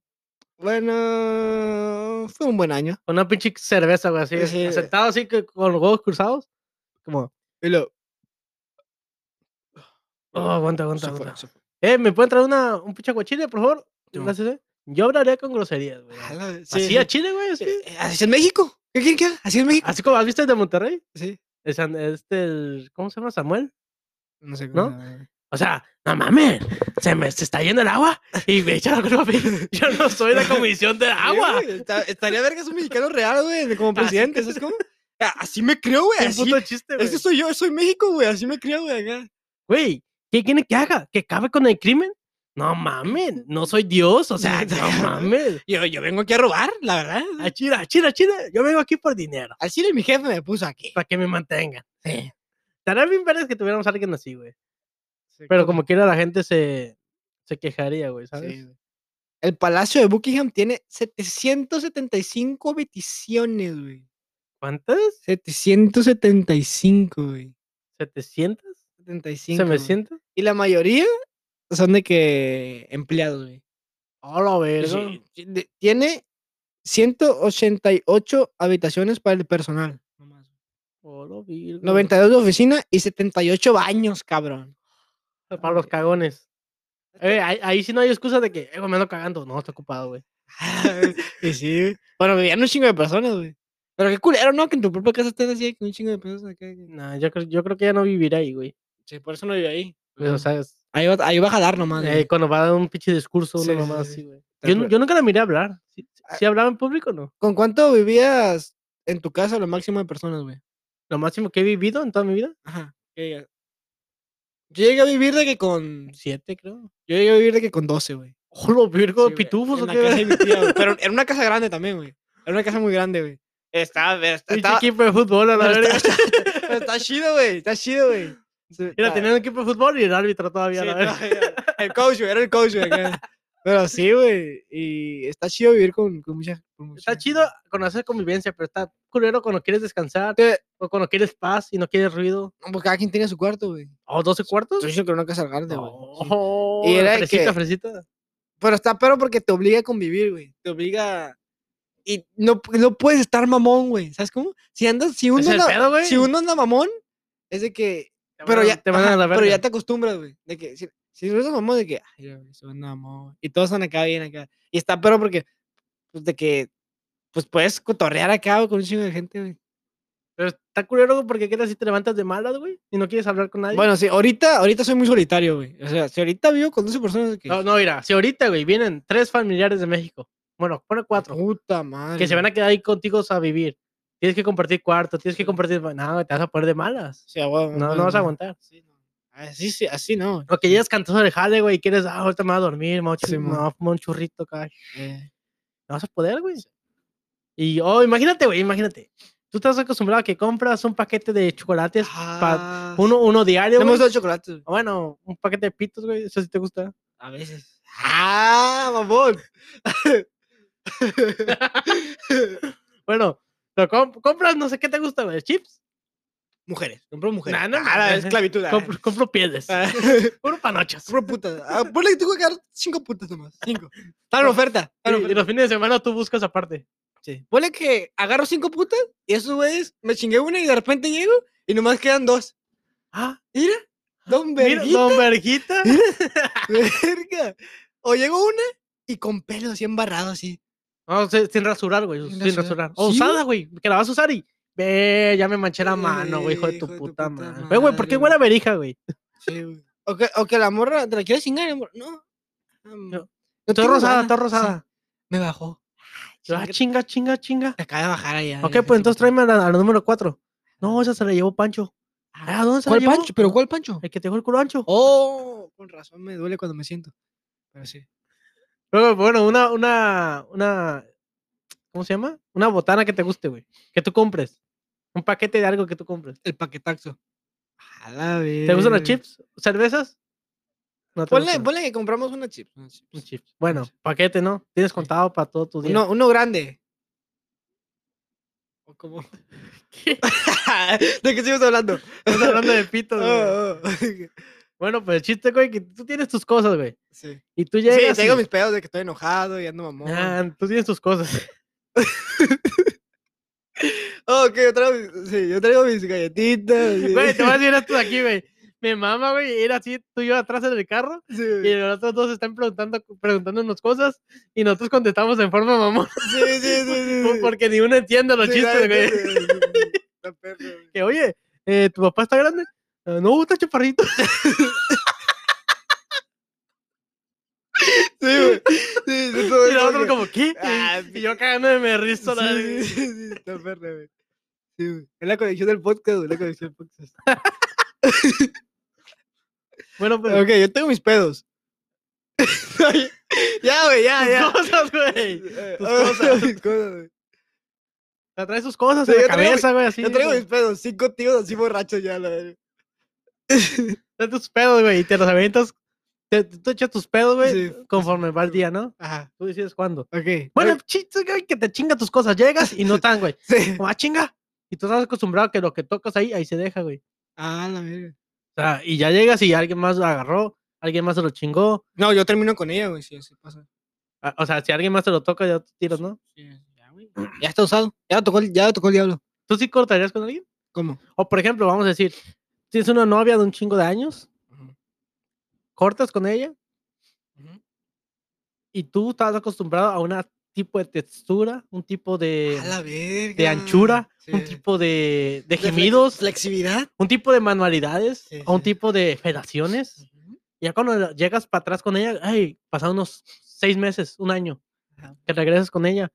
Speaker 1: Bueno, fue un buen año.
Speaker 2: Con una pinche cerveza, güey, así.
Speaker 1: Sí.
Speaker 2: Sentado así que con los huevos cruzados. Como,
Speaker 1: Y lo,
Speaker 2: oh, aguanta, aguanta,
Speaker 1: se fue,
Speaker 2: aguanta.
Speaker 1: se fue.
Speaker 2: Eh, ¿me pueden traer una, un pinche aguachile, por favor?
Speaker 1: Simón.
Speaker 2: Gracias, eh. Yo hablaría con groserías, güey.
Speaker 1: A la vez, sí,
Speaker 2: Así
Speaker 1: sí.
Speaker 2: a Chile, güey. Así.
Speaker 1: Eh, así es en México. ¿Qué quieren que haga? Así es México.
Speaker 2: Así como has visto el de Monterrey.
Speaker 1: Sí.
Speaker 2: El San- este, el, ¿cómo se llama? Samuel.
Speaker 1: No sé
Speaker 2: ¿No?
Speaker 1: cómo. ¿No?
Speaker 2: O sea, no mames, se me se está yendo el agua y me echaron culpa a mí. Yo no soy la comisión del agua.
Speaker 1: estaría vergas un mexicano real, güey, como
Speaker 2: Así
Speaker 1: presidente. ¿Sabes cómo? A- Así me creo, güey.
Speaker 2: Qué
Speaker 1: Así,
Speaker 2: puto chiste, güey.
Speaker 1: Ese soy yo, soy México, güey. Así me creo, güey, acá.
Speaker 2: Güey, ¿qué quieren que haga? ¿Que acabe con el crimen? No mames, no soy Dios, o sea, no mames.
Speaker 1: Yo, yo vengo aquí a robar, la verdad.
Speaker 2: A Chile, a Chile, a Chile, yo vengo aquí por dinero,
Speaker 1: Al chile mi jefe me puso aquí.
Speaker 2: para que me mantengan.
Speaker 1: pues, Sí.
Speaker 2: Estaría bien vergas que tuviéramos a alguien así, güey. Pero como quiera la gente se, se quejaría, güey,
Speaker 1: Sí,
Speaker 2: ¿sabes?
Speaker 1: güey. El Palacio de Buckingham tiene 775 peticiones, güey.
Speaker 2: ¿Cuántas?
Speaker 1: 775, güey.
Speaker 2: ¿700?
Speaker 1: 75.
Speaker 2: ¿Se me
Speaker 1: güey.
Speaker 2: sienta?
Speaker 1: Y la mayoría son de que empleados, güey.
Speaker 2: Hola,
Speaker 1: Y
Speaker 2: verga.
Speaker 1: sí, sí, de- Tiene 188 habitaciones para el personal.
Speaker 2: Hola, verga.
Speaker 1: 92 de oficina y 78 baños, cabrón.
Speaker 2: Para los cagones. Eh, ahí, ahí sí no hay excusa de que, eh, güey, me ando cagando. No, está ocupado, güey.
Speaker 1: y sí, güey. bueno, vivían un chingo de personas, güey. Pero qué culero, ¿no? Que en tu propia casa estés así, con un chingo de personas acá. güey.
Speaker 2: Nah, yo, creo- yo creo que ya no vivirá ahí, güey.
Speaker 1: Sí, por eso no vive ahí.
Speaker 2: Pues, O sea, es-
Speaker 1: ahí, va, ahí va a jalar nomás.
Speaker 2: eh,
Speaker 1: güey.
Speaker 2: cuando va a dar un pinche discurso,
Speaker 1: Sí,
Speaker 2: una
Speaker 1: sí,
Speaker 2: mamá
Speaker 1: sí.
Speaker 2: así, güey.
Speaker 1: Tal
Speaker 2: Yo, nu-
Speaker 1: cual.
Speaker 2: yo nunca la miré hablar. ¿Sí,
Speaker 1: Ah.
Speaker 2: sí hablaba en público o no?
Speaker 1: ¿Con cuánto vivías en tu casa lo máximo de personas, güey?
Speaker 2: Lo máximo que he vivido en toda mi vida,
Speaker 1: Ajá. que digas, Yo llegué a vivir de que con.
Speaker 2: siete, creo.
Speaker 1: Yo llegué a vivir de que con 12, güey.
Speaker 2: Hola, Virgo,
Speaker 1: Sí, güey,
Speaker 2: pitufos
Speaker 1: en
Speaker 2: o
Speaker 1: la
Speaker 2: qué,
Speaker 1: casa de
Speaker 2: güey.
Speaker 1: mi tía, güey, Pero era una casa grande también, güey. Era una casa muy grande, güey. Está, está,
Speaker 2: Pinche equipo de fútbol, a la
Speaker 1: pero
Speaker 2: verga.
Speaker 1: está- pero está chido, güey. Está chido, güey. Sí,
Speaker 2: Mira,
Speaker 1: está-
Speaker 2: tenían un equipo de fútbol y el árbitro todavía,
Speaker 1: sí,
Speaker 2: la verga.
Speaker 1: todavía. El coach, güey. Era el coach, güey. acá. Pero sí, güey. Y está chido vivir con, con mucha, con mucha
Speaker 2: Está
Speaker 1: gente.
Speaker 2: chido conocer convivencia, pero está culero cuando quieres descansar
Speaker 1: Eh.
Speaker 2: o cuando quieres paz y no quieres ruido.
Speaker 1: No, pues cada quien tiene su cuarto, güey.
Speaker 2: ¿O 12 cuartos?
Speaker 1: Estoy diciendo que era una casa grande, güey. sí.
Speaker 2: Oh,
Speaker 1: Y era de
Speaker 2: fresita,
Speaker 1: que-
Speaker 2: fresita.
Speaker 1: Pero está pero porque te obliga a convivir, güey. Te obliga. Y no, no puedes estar mamón, güey. ¿Sabes cómo? Si andas, si uno,
Speaker 2: Es el
Speaker 1: anda,
Speaker 2: pedo, güey.
Speaker 1: si uno anda mamón, es de que
Speaker 2: Te
Speaker 1: Pero
Speaker 2: mandan-
Speaker 1: ya,
Speaker 2: te mandan
Speaker 1: ajá,
Speaker 2: a la verga.
Speaker 1: pero ya te acostumbras, güey. De que si, si ves a mamón, de que, ay, mira, güey, se van a mamón", Y todos están acá bien acá. Y está pero porque, pues de que, pues puedes cotorrear acá güey, con un chingo de gente, güey.
Speaker 2: Pero está culero güey, porque qué tal si te levantas de malas, güey, y no quieres hablar con nadie.
Speaker 1: Bueno, sí, ahorita, ahorita soy muy solitario, güey. O sea, si ahorita vivo con 12 personas, de que,
Speaker 2: no, no, mira, si ahorita, güey, vienen tres familiares de México, bueno, pone cuatro,
Speaker 1: puta madre.
Speaker 2: que se van a quedar ahí contigo a vivir. Tienes que compartir cuarto, tienes que
Speaker 1: Sí.
Speaker 2: compartir. No, güey, te vas a poner de malas. No,
Speaker 1: pues,
Speaker 2: no vas a aguantar.
Speaker 1: Así, Ah, sí, así no. güey.
Speaker 2: O que llegas cansado del jale, güey, y quieres, ah, ahorita me voy a dormir, me voy a chu-
Speaker 1: Sí,
Speaker 2: me
Speaker 1: mo.
Speaker 2: voy a fumar un churrito, acá.
Speaker 1: Eh,
Speaker 2: No vas a poder, güey. Y, oh, imagínate, güey, imagínate. Tú estás acostumbrado a que compras un paquete de chocolates,
Speaker 1: ah,
Speaker 2: uno, uno diario.
Speaker 1: no me
Speaker 2: güey.
Speaker 1: gusta el chocolate, güey,
Speaker 2: Bueno, un paquete de pitos, güey. Eso sí te gusta.
Speaker 1: A veces. ¡Ah, mamón!
Speaker 2: Bueno, lo comp- compras, no sé qué te gusta, güey. Chips.
Speaker 1: Mujeres, compro mujeres.
Speaker 2: Nah, no
Speaker 1: Ah, la
Speaker 2: mames.
Speaker 1: esclavitud. ah.
Speaker 2: Compro, compro pieles.
Speaker 1: Ah,
Speaker 2: Compro panochas.
Speaker 1: Puro putas. Ah, ponle que tengo que dar cinco putas nomás. Cinco. Está en oferta.
Speaker 2: Y,
Speaker 1: está en
Speaker 2: y
Speaker 1: oferta.
Speaker 2: los fines de semana tú buscas aparte.
Speaker 1: Sí. Ponle que agarro cinco putas y esos güeyes me chingué una y de repente llego y nomás quedan dos.
Speaker 2: Ah,
Speaker 1: Mira, don
Speaker 2: mira,
Speaker 1: verguita.
Speaker 2: don Verguita.
Speaker 1: Verga. O llego una y con pelo así embarrado así.
Speaker 2: No, se- Ah, sin rasurar, güey.
Speaker 1: Sin
Speaker 2: Sin,
Speaker 1: rasurar.
Speaker 2: rasurar. O
Speaker 1: Sí,
Speaker 2: usada, güey. Que la vas a usar y. Ve, ya me manché la
Speaker 1: Eh,
Speaker 2: mano, güey, hijo de tu
Speaker 1: hijo de tu puta
Speaker 2: puta madre. Güey, güey, ¿por qué
Speaker 1: madre,
Speaker 2: huele a verija, güey?
Speaker 1: Sí, güey. O que, o que la morra, ¿te la quieres chingar? amor? No. am,
Speaker 2: No.
Speaker 1: no
Speaker 2: Todo
Speaker 1: tengo
Speaker 2: rosada,
Speaker 1: ganas.
Speaker 2: todo
Speaker 1: Sí,
Speaker 2: rosada.
Speaker 1: me bajó.
Speaker 2: Yo, ah,
Speaker 1: Chinga-
Speaker 2: chinga, chinga, chinga.
Speaker 1: Te acaba de bajar allá.
Speaker 2: Ok, pues entonces tráeme a la, a la número 4. No, esa se la llevó Pancho. Ah, ¿dónde se la
Speaker 1: ¿Cuál
Speaker 2: llevó?
Speaker 1: pancho? ¿Pero cuál pancho?
Speaker 2: El que te dejó el culo ancho.
Speaker 1: Oh, con razón me duele cuando me siento. Pero sí.
Speaker 2: Luego, bueno, una, una, una, ¿cómo se llama? Una botana que te guste, güey. Que tú compres. Un paquete de algo que tú compres.
Speaker 1: El paquetaxo. A la vez.
Speaker 2: ¿Te gustan los chips? ¿Cervezas? No te
Speaker 1: Ponle,
Speaker 2: gustan.
Speaker 1: ponle que compramos una chip. una chips.
Speaker 2: Un chips. Bueno, paquete, ¿no? Tienes contado para todo tu día.
Speaker 1: Uno, uno grande. ¿O cómo? ¿De qué sigues hablando?
Speaker 2: Estás hablando de pitos, güey.
Speaker 1: Oh, oh.
Speaker 2: Bueno, pues el chiste, güey, que tú tienes tus cosas, güey.
Speaker 1: Sí.
Speaker 2: Y tú
Speaker 1: Sí,
Speaker 2: llegas.
Speaker 1: tengo
Speaker 2: y-
Speaker 1: mis pedos de que estoy enojado y ando mamón.
Speaker 2: Ah, tú tienes tus cosas.
Speaker 1: Oh, ok, yo traigo, mis- sí, yo traigo mis galletitas. sí.
Speaker 2: Güey, te vas a ir a tú aquí, güey. Me mama, güey, ir así tú y yo atrás en el carro.
Speaker 1: Sí,
Speaker 2: Y los otros dos están preguntando, preguntándonos cosas y nosotros contestamos en forma mamón,
Speaker 1: sí, sí, sí, sí, sí.
Speaker 2: porque ni uno entiende los
Speaker 1: Sí,
Speaker 2: chistes,
Speaker 1: nadie
Speaker 2: güey.
Speaker 1: entiende, sí, sí, sí. Está perro, güey.
Speaker 2: Que, oye, eh, ¿tu papá está grande? "Ah, No, está chaparrito.
Speaker 1: Sí, güey. Sí, sí, todo
Speaker 2: Y los
Speaker 1: eso,
Speaker 2: otros
Speaker 1: güey.
Speaker 2: como, ¿qué?
Speaker 1: Ah,
Speaker 2: y yo cagándome me
Speaker 1: Sí,
Speaker 2: rizo. la verga.
Speaker 1: sí, sí, sí, está perro, güey. Sí, güey. Es la conexión del podcast, güey, la conexión del podcast.
Speaker 2: Bueno, pues,
Speaker 1: Ok, yo tengo mis pedos. ya, güey, ya,
Speaker 2: tus
Speaker 1: ya.
Speaker 2: cosas, güey.
Speaker 1: Eh,
Speaker 2: tus
Speaker 1: ah,
Speaker 2: cosas.
Speaker 1: mis cosas, güey.
Speaker 2: O sea, traes sus cosas
Speaker 1: Sí,
Speaker 2: en la
Speaker 1: yo traigo mi-
Speaker 2: cabeza, güey, así.
Speaker 1: Yo traigo
Speaker 2: güey.
Speaker 1: mis pedos, cinco tíos así borrachos ya, la verga.
Speaker 2: Traes tus pedos, güey, y te los avientas. Te, tú echas tus pedos, güey,
Speaker 1: Sí.
Speaker 2: conforme va el día, ¿no?
Speaker 1: Ajá,
Speaker 2: Tú decides cuándo.
Speaker 1: ok.
Speaker 2: Bueno,
Speaker 1: ok,
Speaker 2: chiste, güey, que te chinga tus cosas. Llegas y no están, güey.
Speaker 1: sí.
Speaker 2: como, "Ah, chinga. Y tú estás acostumbrado a que lo que tocas ahí, ahí se deja, güey.
Speaker 1: Ah, la verga.
Speaker 2: O sea, y ya llegas y alguien más lo agarró, alguien más se lo chingó.
Speaker 1: No, yo termino con ella, güey, si así pasa.
Speaker 2: a- O sea, si alguien más se lo toca, ya tú tiras, ¿no?
Speaker 1: Sí, ya, güey. Ya está usado. Ya lo tocó el, ya lo tocó el diablo.
Speaker 2: ¿Tú sí cortarías con alguien?
Speaker 1: ¿Cómo?
Speaker 2: O, por ejemplo, vamos a decir, tienes una novia de un chingo de años, cortas con ella y tú estás acostumbrado a un tipo de textura, un tipo de,
Speaker 1: A la verga.
Speaker 2: de anchura, un
Speaker 1: Sí.
Speaker 2: tipo de, de
Speaker 1: De flex-
Speaker 2: gemidos,
Speaker 1: Flexibilidad.
Speaker 2: un tipo de manualidades,
Speaker 1: Sí,
Speaker 2: a un
Speaker 1: sí.
Speaker 2: tipo de felaciones. Ya cuando la- llegas para atrás con ella, ay, pasaron unos seis meses, un año,
Speaker 1: Ajá.
Speaker 2: que regresas con ella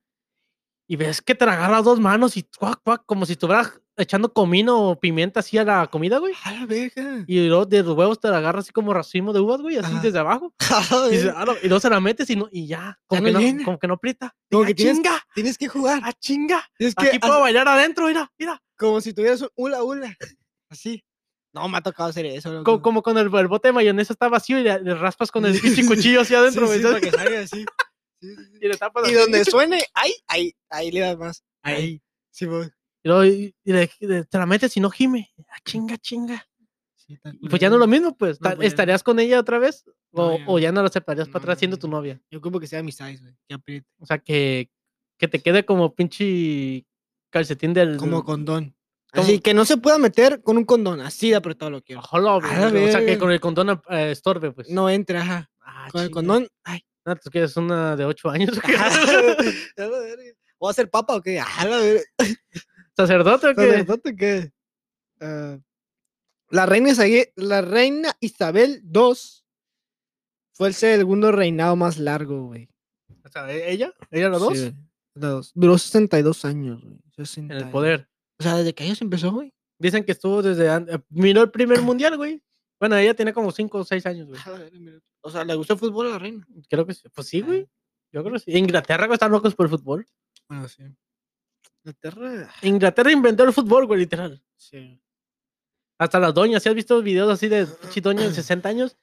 Speaker 2: y ves que te la agarras dos manos y cuac, cuac, como si estuvieras echando comino o pimienta así a la comida, güey.
Speaker 1: A la verga.
Speaker 2: Y luego de los huevos te la agarras así como racimo de uvas, güey, así
Speaker 1: Ajá.
Speaker 2: desde abajo.
Speaker 1: A la
Speaker 2: Y, dices,
Speaker 1: verga.
Speaker 2: "Ah, no", y luego se la metes y, no, y ya, como,
Speaker 1: no
Speaker 2: que no,
Speaker 1: llena.
Speaker 2: como que no aprieta.
Speaker 1: Como
Speaker 2: ¡Ah,
Speaker 1: que tienes-
Speaker 2: chinga,
Speaker 1: Tienes que jugar.
Speaker 2: ¡Ah, chinga.
Speaker 1: Tienes que
Speaker 2: Aquí
Speaker 1: hacer-
Speaker 2: puedo bailar adentro, mira, mira.
Speaker 1: como si tuvieras un hula hula. Así. No, me ha tocado hacer eso.
Speaker 2: Co-
Speaker 1: loco.
Speaker 2: Como, cuando el, el bote de mayonesa está vacío y le, le raspas con el pinche cuchillo hacia
Speaker 1: Sí,
Speaker 2: adentro, güey.
Speaker 1: sí, para que salga así. Sí, sí, sí.
Speaker 2: Y le tapas
Speaker 1: Y
Speaker 2: así.
Speaker 1: donde suene, ahí, ahí, ahí le das más.
Speaker 2: Ahí.
Speaker 1: Sí, voy.
Speaker 2: Y, luego, y- y le- y le- te la metes y no gime. Ah, chinga, chinga. Y pues ya no es lo mismo, pues.
Speaker 1: No,
Speaker 2: ta-
Speaker 1: pues ya no.
Speaker 2: ¿Estarías con ella otra vez?
Speaker 1: No, ya
Speaker 2: O, o
Speaker 1: no. Mm.
Speaker 2: ya no la separarías
Speaker 1: No,
Speaker 2: para atrás
Speaker 1: ya
Speaker 2: siendo
Speaker 1: no.
Speaker 2: tu novia.
Speaker 1: Yo ocupo que sea mi size, güey. Que apriete.
Speaker 2: O sea, que, que te quede como pinche calcetín del.
Speaker 1: Como condón.
Speaker 2: Como- Ah,
Speaker 1: Así Ah, que no se pueda meter con un condón. Así de apretado lo quiero.
Speaker 2: Ojo, la verga, o sea, que
Speaker 1: verga.
Speaker 2: con el condón ap- eh, estorbe, pues.
Speaker 1: No entra, ajá.
Speaker 2: Ah,
Speaker 1: Con el
Speaker 2: chinga.
Speaker 1: condón. Ay.
Speaker 2: Ah, tú quieres una de 8 años.
Speaker 1: a la verga. ¿Voy a ser papa o qué? A la verga.
Speaker 2: ¿Sacerdote o qué?
Speaker 1: ¿Sacerdote qué? Ah, la, reina Isague- la reina Isabel II fue el segundo reinado más largo, güey.
Speaker 2: O sea, ¿e- ¿ella? ¿Ella los dos?
Speaker 1: Sí, güey, la dos. Duró 62 años, güey.
Speaker 2: en
Speaker 1: 62.
Speaker 2: el poder.
Speaker 1: O sea, desde que ellos empezó, güey.
Speaker 2: Dicen que estuvo desde. an- eh, Miró el primer mundial, güey. Bueno, ella tenía como 5 o 6 años, güey.
Speaker 1: A la verga, mira. O sea, le gustó el fútbol a la reina.
Speaker 2: Creo que sí. Pues sí,
Speaker 1: Ah.
Speaker 2: güey. Yo creo que sí. Inglaterra, güey, están locos por el fútbol.
Speaker 1: Bueno, sí. Inglaterra.
Speaker 2: Inglaterra inventó el fútbol, güey, literal.
Speaker 1: Sí.
Speaker 2: Hasta las doñas. ¿Sí has visto videos así de pinche doñas de 60 años?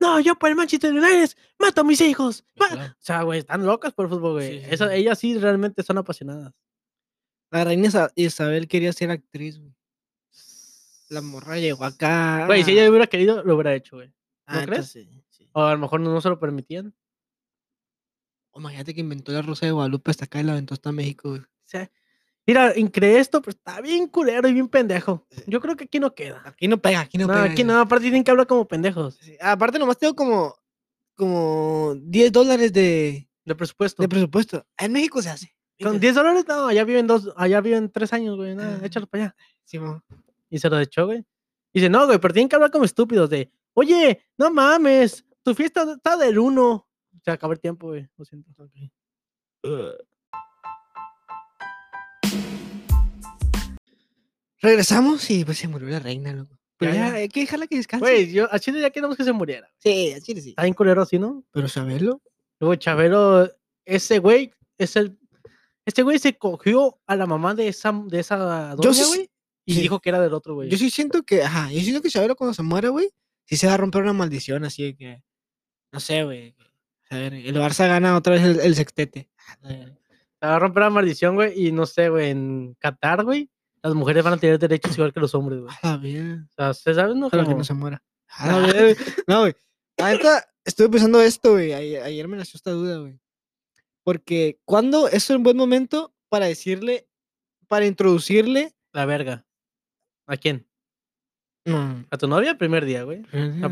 Speaker 2: No, yo por el Manchester United mato a mis hijos. ma-".
Speaker 1: claro.
Speaker 2: O sea, güey, están locas por el fútbol, güey.
Speaker 1: Sí, sí,
Speaker 2: Esa-
Speaker 1: sí.
Speaker 2: ellas sí realmente son apasionadas.
Speaker 1: La reina Isa- Isabel quería ser actriz, güey. La morra llegó acá.
Speaker 2: Güey, si ella hubiera querido, lo hubiera hecho, güey.
Speaker 1: Ah,
Speaker 2: ¿no crees?
Speaker 1: entonces, sí.
Speaker 2: O a lo mejor no, no se lo permitían.
Speaker 1: O imagínate que inventó la Rosa de Guadalupe hasta acá y la aventó hasta México, güey.
Speaker 2: O sea, mira, increíble esto, pero está bien culero y bien pendejo. Yo creo que aquí no queda.
Speaker 1: Aquí no pega, aquí no,
Speaker 2: No,
Speaker 1: pega.
Speaker 2: aquí
Speaker 1: güey.
Speaker 2: no, aparte tienen que hablar como pendejos.
Speaker 1: Sí, Aparte nomás tengo como, como 10 dólares de,
Speaker 2: de presupuesto.
Speaker 1: de presupuesto. En México se hace.
Speaker 2: Con
Speaker 1: Fíjate.
Speaker 2: 10 dólares, no, allá viven dos, allá viven tres años, güey, nada,
Speaker 1: Ah.
Speaker 2: échalo para allá.
Speaker 1: Simón.
Speaker 2: Y se lo echó, güey. Dice, no, güey, pero tienen que hablar como estúpidos de, oye, no mames, tu fiesta está del 1. Se acabó el tiempo, güey, lo siento.
Speaker 1: Ah, Regresamos y pues se murió la reina, loco. Pero
Speaker 2: Ya,
Speaker 1: ya,
Speaker 2: ya.
Speaker 1: hay que dejarla que descanse.
Speaker 2: Güey, yo a Chile ya queremos que se muriera.
Speaker 1: Sí, así sí.
Speaker 2: Está bien culero así, ¿no?
Speaker 1: Pero saberlo.
Speaker 2: Luego Chabelo, ese güey es el. Este güey se cogió a la mamá de esa, de esa doña,
Speaker 1: sí-
Speaker 2: güey, y
Speaker 1: sí.
Speaker 2: dijo que era del otro, güey.
Speaker 1: Yo sí siento que, ajá, yo siento que Chabelo cuando se muera, güey, sí se va a romper una maldición así de que, no sé, güey. A ver, el Barça gana otra vez el, el sextete. Ah, la verga.
Speaker 2: Se va a romper la maldición, güey, y no sé, güey, en Qatar, güey, las mujeres van a tener derechos igual que los hombres, güey.
Speaker 1: A la verga.
Speaker 2: O sea, ¿se saben, no?
Speaker 1: Ojalá que
Speaker 2: Como-
Speaker 1: no se muera. A la verga. No, güey. La neta, estuve pensando esto, güey. Ayer, ayer me nació esta duda, güey. Porque, ¿cuándo es un buen momento para decirle, para introducirle?
Speaker 2: La verga. ¿A quién?
Speaker 1: No.
Speaker 2: ¿A tu novia? Primer día, güey.
Speaker 1: Aprovechar.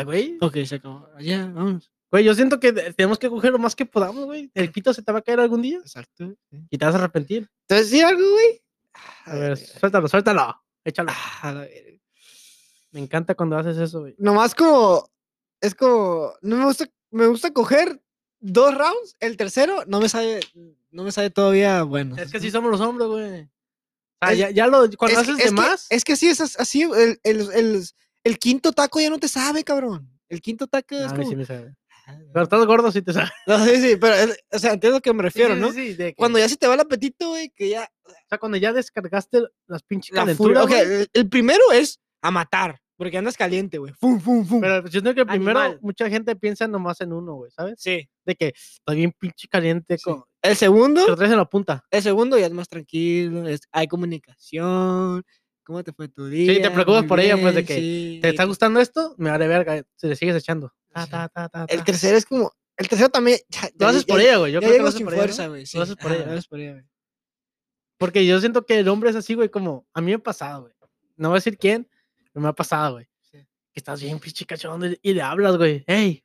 Speaker 2: Aprovechar, güey.
Speaker 1: Ok, se acabó. Ya, vamos.
Speaker 2: Güey, yo siento que de- tenemos que coger lo más que podamos, güey. El pito se te va a caer algún día
Speaker 1: Exacto. sí.
Speaker 2: y te vas a arrepentir.
Speaker 1: Entonces, ¿sí algo, güey?
Speaker 2: A ver, suéltalo, suéltalo. Échalo.
Speaker 1: A la verga.
Speaker 2: Me encanta cuando haces eso, güey.
Speaker 1: Nomás como, es como, no me gusta, me gusta coger dos rounds, el tercero no me sabe, no me sabe todavía bueno.
Speaker 2: Es que
Speaker 1: ¿sabes?
Speaker 2: así somos los hombres, güey. O sea,
Speaker 1: Es-
Speaker 2: ya, ya lo, cuando
Speaker 1: Es que-
Speaker 2: haces
Speaker 1: es
Speaker 2: de
Speaker 1: que-
Speaker 2: más,
Speaker 1: es que así es, as- así, el, el- el- el quinto taco ya no te sabe, cabrón. El quinto taco
Speaker 2: No,
Speaker 1: es
Speaker 2: a mí sí
Speaker 1: como...
Speaker 2: me sabe.
Speaker 1: Ah,
Speaker 2: Pero estás gordo si te sabes.
Speaker 1: No, sí, sí, pero, es- o sea, entiendo a lo que me refiero, ¿no? Cuando
Speaker 2: cuando,
Speaker 1: ya se te va el apetito, güey, que ya...
Speaker 2: o sea, cuando ya descargaste las pinches
Speaker 1: La furia,
Speaker 2: calenturas,
Speaker 1: o sea,
Speaker 2: güey.
Speaker 1: el, el primero es a matar, porque andas caliente, güey. Fum, fum, fum.
Speaker 2: Pero yo creo que primero
Speaker 1: Animal.
Speaker 2: mucha gente piensa nomás en uno, güey, ¿sabes?
Speaker 1: sí,
Speaker 2: De que está bien pinche caliente,
Speaker 1: sí.
Speaker 2: con...
Speaker 1: El
Speaker 2: te
Speaker 1: segundo...
Speaker 2: lo traes en la punta.
Speaker 1: El segundo ya es más tranquilo, es- hay comunicación, cómo te fue tu día.
Speaker 2: te preocupas
Speaker 1: muy
Speaker 2: por ella, pues, de que
Speaker 1: sí,
Speaker 2: ¿Te está
Speaker 1: que-
Speaker 2: gustando esto? Me vale verga, si le sigues echando. Ta,
Speaker 1: Sí.
Speaker 2: ta, ta, ta,
Speaker 1: El
Speaker 2: ta.
Speaker 1: tercero es como, el tercero también. ya-
Speaker 2: Lo
Speaker 1: ya-
Speaker 2: haces
Speaker 1: ya-
Speaker 2: por ella, güey. Yo
Speaker 1: ya
Speaker 2: creo que
Speaker 1: llego
Speaker 2: lo haces
Speaker 1: sin
Speaker 2: por ella,
Speaker 1: fuerza,
Speaker 2: ¿no?
Speaker 1: güey. sí,
Speaker 2: haces por
Speaker 1: ajá,
Speaker 2: ella.
Speaker 1: Lo haces por ella, güey.
Speaker 2: Porque yo siento que el hombre es así, güey, como a mí me ha pasado, güey. No voy a decir quién, pero me ha pasado, güey.
Speaker 1: Sí.
Speaker 2: Que estás bien pinche cachón y y le hablas, güey. Hey,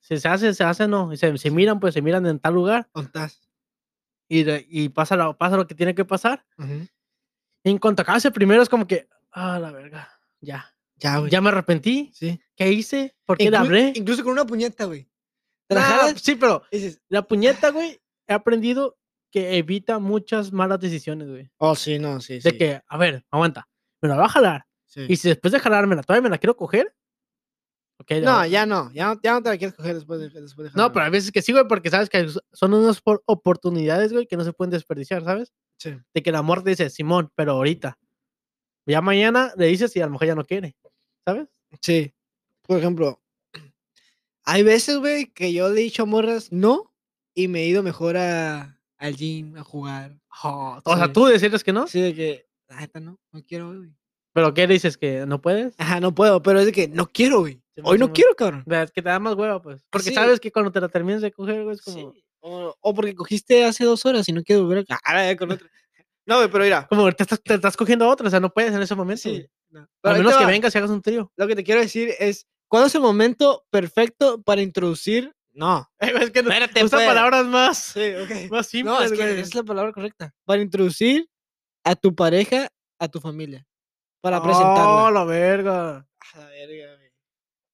Speaker 2: si se hace, se hace, no. Y se, se miran, pues se miran en tal lugar
Speaker 1: Contás.
Speaker 2: y, de- y pasa, lo, pasa lo que tiene que pasar. Y en cuanto acabas el primero, es como que, ah, la verga, ya.
Speaker 1: Ya, Ah, güey.
Speaker 2: Ya me arrepentí.
Speaker 1: Sí.
Speaker 2: ¿Qué hice? ¿Por qué le
Speaker 1: Inclu-
Speaker 2: hablé? pues,
Speaker 1: Incluso con una puñeta, güey. Te la
Speaker 2: Nah,
Speaker 1: jalas
Speaker 2: sí, pero
Speaker 1: y dices,
Speaker 2: La puñeta, güey, he aprendido que evita muchas malas decisiones, güey.
Speaker 1: oh, sí, no, sí,
Speaker 2: De que, a ver, aguanta, me la va a jalar.
Speaker 1: sí.
Speaker 2: Y si después de jalármela todavía me la quiero coger, ok. la
Speaker 1: No,
Speaker 2: voy-
Speaker 1: ya no, ya no, ya no te la quieres coger después de. Después de
Speaker 2: No,
Speaker 1: jalar,
Speaker 2: pero
Speaker 1: güey.
Speaker 2: a veces que sí, güey, porque sabes que s- son unas por- oportunidades, güey, que no se pueden desperdiciar, ¿sabes?
Speaker 1: Sí.
Speaker 2: De que el amor te dice, Simón, pero ahorita. Ya mañana le dices y a lo mejor ya no quiere, ¿sabes?
Speaker 1: Sí. Por ejemplo, hay veces, güey, que yo le he dicho a morras no y me he ido mejor a, al gym, a jugar.
Speaker 2: O sea,
Speaker 1: sí.
Speaker 2: tú decirles que no,
Speaker 1: Así de que, la neta, no, no quiero, hoy, güey.
Speaker 2: pero ¿qué le dices? ¿Que no puedes?
Speaker 1: Ajá, no puedo, pero es de que no quiero, güey.
Speaker 2: Simón,
Speaker 1: Hoy no
Speaker 2: Simón.
Speaker 1: quiero, cabrón.
Speaker 2: Ve, Que te da más hueva, pues. Porque
Speaker 1: sí.
Speaker 2: sabes que cuando te la termines de coger, güey, es como...
Speaker 1: Sí, O, o porque cogiste hace dos horas y no quieres volver a ah, con otra. No, güey, pero mira.
Speaker 2: Como te estás, te estás cogiendo a otra, o sea, no puedes en ese momento.
Speaker 1: Sí,
Speaker 2: güey.
Speaker 1: no, pero ahí
Speaker 2: A
Speaker 1: te
Speaker 2: menos que
Speaker 1: va.
Speaker 2: vengas y hagas un trío.
Speaker 1: Lo que te quiero decir es, ¿cuándo es el momento perfecto para introducir? No.
Speaker 2: Es que
Speaker 1: Espérate,
Speaker 2: usa
Speaker 1: pues.
Speaker 2: palabras más,
Speaker 1: Sí, ok.
Speaker 2: más
Speaker 1: No,
Speaker 2: simples,
Speaker 1: es que
Speaker 2: güey.
Speaker 1: es la palabra correcta. Para introducir a tu pareja, a tu familia. Para
Speaker 2: Oh,
Speaker 1: presentarla.
Speaker 2: la verga.
Speaker 1: A la verga, güey.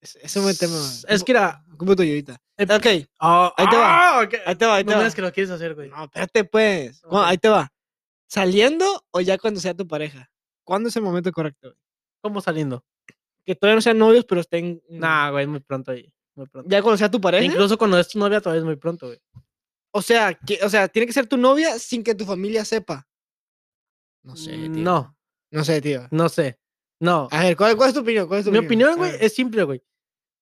Speaker 1: Es, es un buen tema. güey.
Speaker 2: Es que era-
Speaker 1: Ocupo tu ayudita.
Speaker 2: Eh,
Speaker 1: Ok,
Speaker 2: Ah,
Speaker 1: Ahí te va.
Speaker 2: ah, ok.
Speaker 1: ahí te va, ahí
Speaker 2: No
Speaker 1: te
Speaker 2: me
Speaker 1: va.
Speaker 2: digas que lo quieres hacer, güey.
Speaker 1: No, espérate, pues. Cu-
Speaker 2: Ok.
Speaker 1: Ahí te va. ¿Saliendo o ya cuando sea tu pareja? ¿Cuándo es el momento correcto? güey?
Speaker 2: ¿Cómo saliendo?
Speaker 1: Que todavía no sean novios, pero estén. mm,
Speaker 2: Nah, güey, es muy pronto ahí. Muy pronto.
Speaker 1: Ya cuando sea tu pareja.
Speaker 2: Incluso cuando es tu novia todavía es muy pronto, güey.
Speaker 1: O sea, que, o sea, tiene que ser tu novia sin que tu familia sepa. No sé, tío.
Speaker 2: No,
Speaker 1: No sé, tío.
Speaker 2: no sé. No.
Speaker 1: A ver, ¿cuál, cuál es tu opinión? ¿Cuál es tu
Speaker 2: Mi opinión, güey,
Speaker 1: A ver.
Speaker 2: es simple, güey.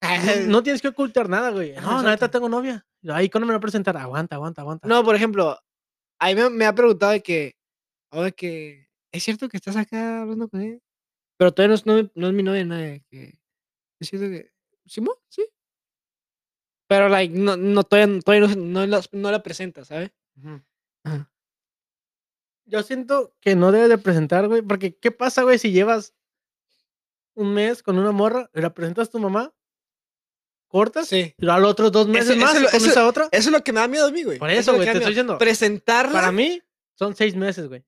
Speaker 2: No- No tienes que ocultar nada, güey.
Speaker 1: Ajá,
Speaker 2: No, la neta
Speaker 1: exacto.
Speaker 2: tengo novia. Ahí cuando me la presentar, aguanta, aguanta,
Speaker 3: ah.
Speaker 2: aguanta.
Speaker 1: No, por ejemplo, ahí me, me ha preguntado de que. Oye, que. ¿Es cierto que estás acá hablando con ella? Pero todavía no es, novia- no es mi novia, nada. de Que, es cierto que. ¿Simón? Sí. Pero, like, no, no, todavía, todavía no, no, la- no la presenta, ¿sabes?
Speaker 2: Ujú.
Speaker 1: Ajá.
Speaker 2: Yo siento que no debes de presentar, güey, porque ¿qué pasa, güey, si llevas un mes con una morra, la presentas a tu mamá cortas,
Speaker 3: Sí.
Speaker 2: pero al otro dos meses
Speaker 3: Eso-
Speaker 2: más
Speaker 3: eso
Speaker 2: y
Speaker 3: lo- eso-
Speaker 2: comienza otra.
Speaker 3: Eso es lo que me da miedo a mí, güey.
Speaker 2: Por
Speaker 3: es
Speaker 2: eso,
Speaker 3: lo
Speaker 2: güey,
Speaker 3: que
Speaker 2: te
Speaker 3: me da
Speaker 2: estoy
Speaker 3: miedo.
Speaker 2: diciendo.
Speaker 3: Presentarla.
Speaker 2: Para mí son seis meses, güey.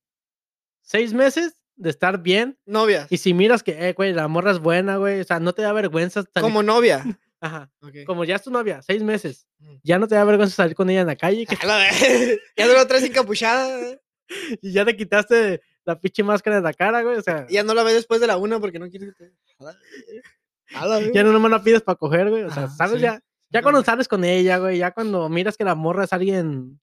Speaker 2: Seis meses de estar bien.
Speaker 3: Novia.
Speaker 2: Y si miras que, eh, güey, la morra es buena, güey. O sea, no te da vergüenza. salir-
Speaker 3: Como novia.
Speaker 2: Ajá.
Speaker 1: Ok.
Speaker 2: Como ya es tu novia, seis meses.
Speaker 3: Ujú.
Speaker 2: Ya no te da vergüenza salir con ella en la calle. que-
Speaker 3: A la vez. ya no la traes encapuchada.
Speaker 2: y ya te quitaste la pinche máscara de la cara, güey. O sea,
Speaker 3: Ya no la ves después de la una porque no quieres que te. A la vez. A la vez.
Speaker 2: ya no nomás la pides para coger, güey. O sea,
Speaker 3: Ajá,
Speaker 2: sabes
Speaker 3: sí.
Speaker 2: ya. Ya cuando sales con ella, güey. Ya cuando miras que la morra es alguien.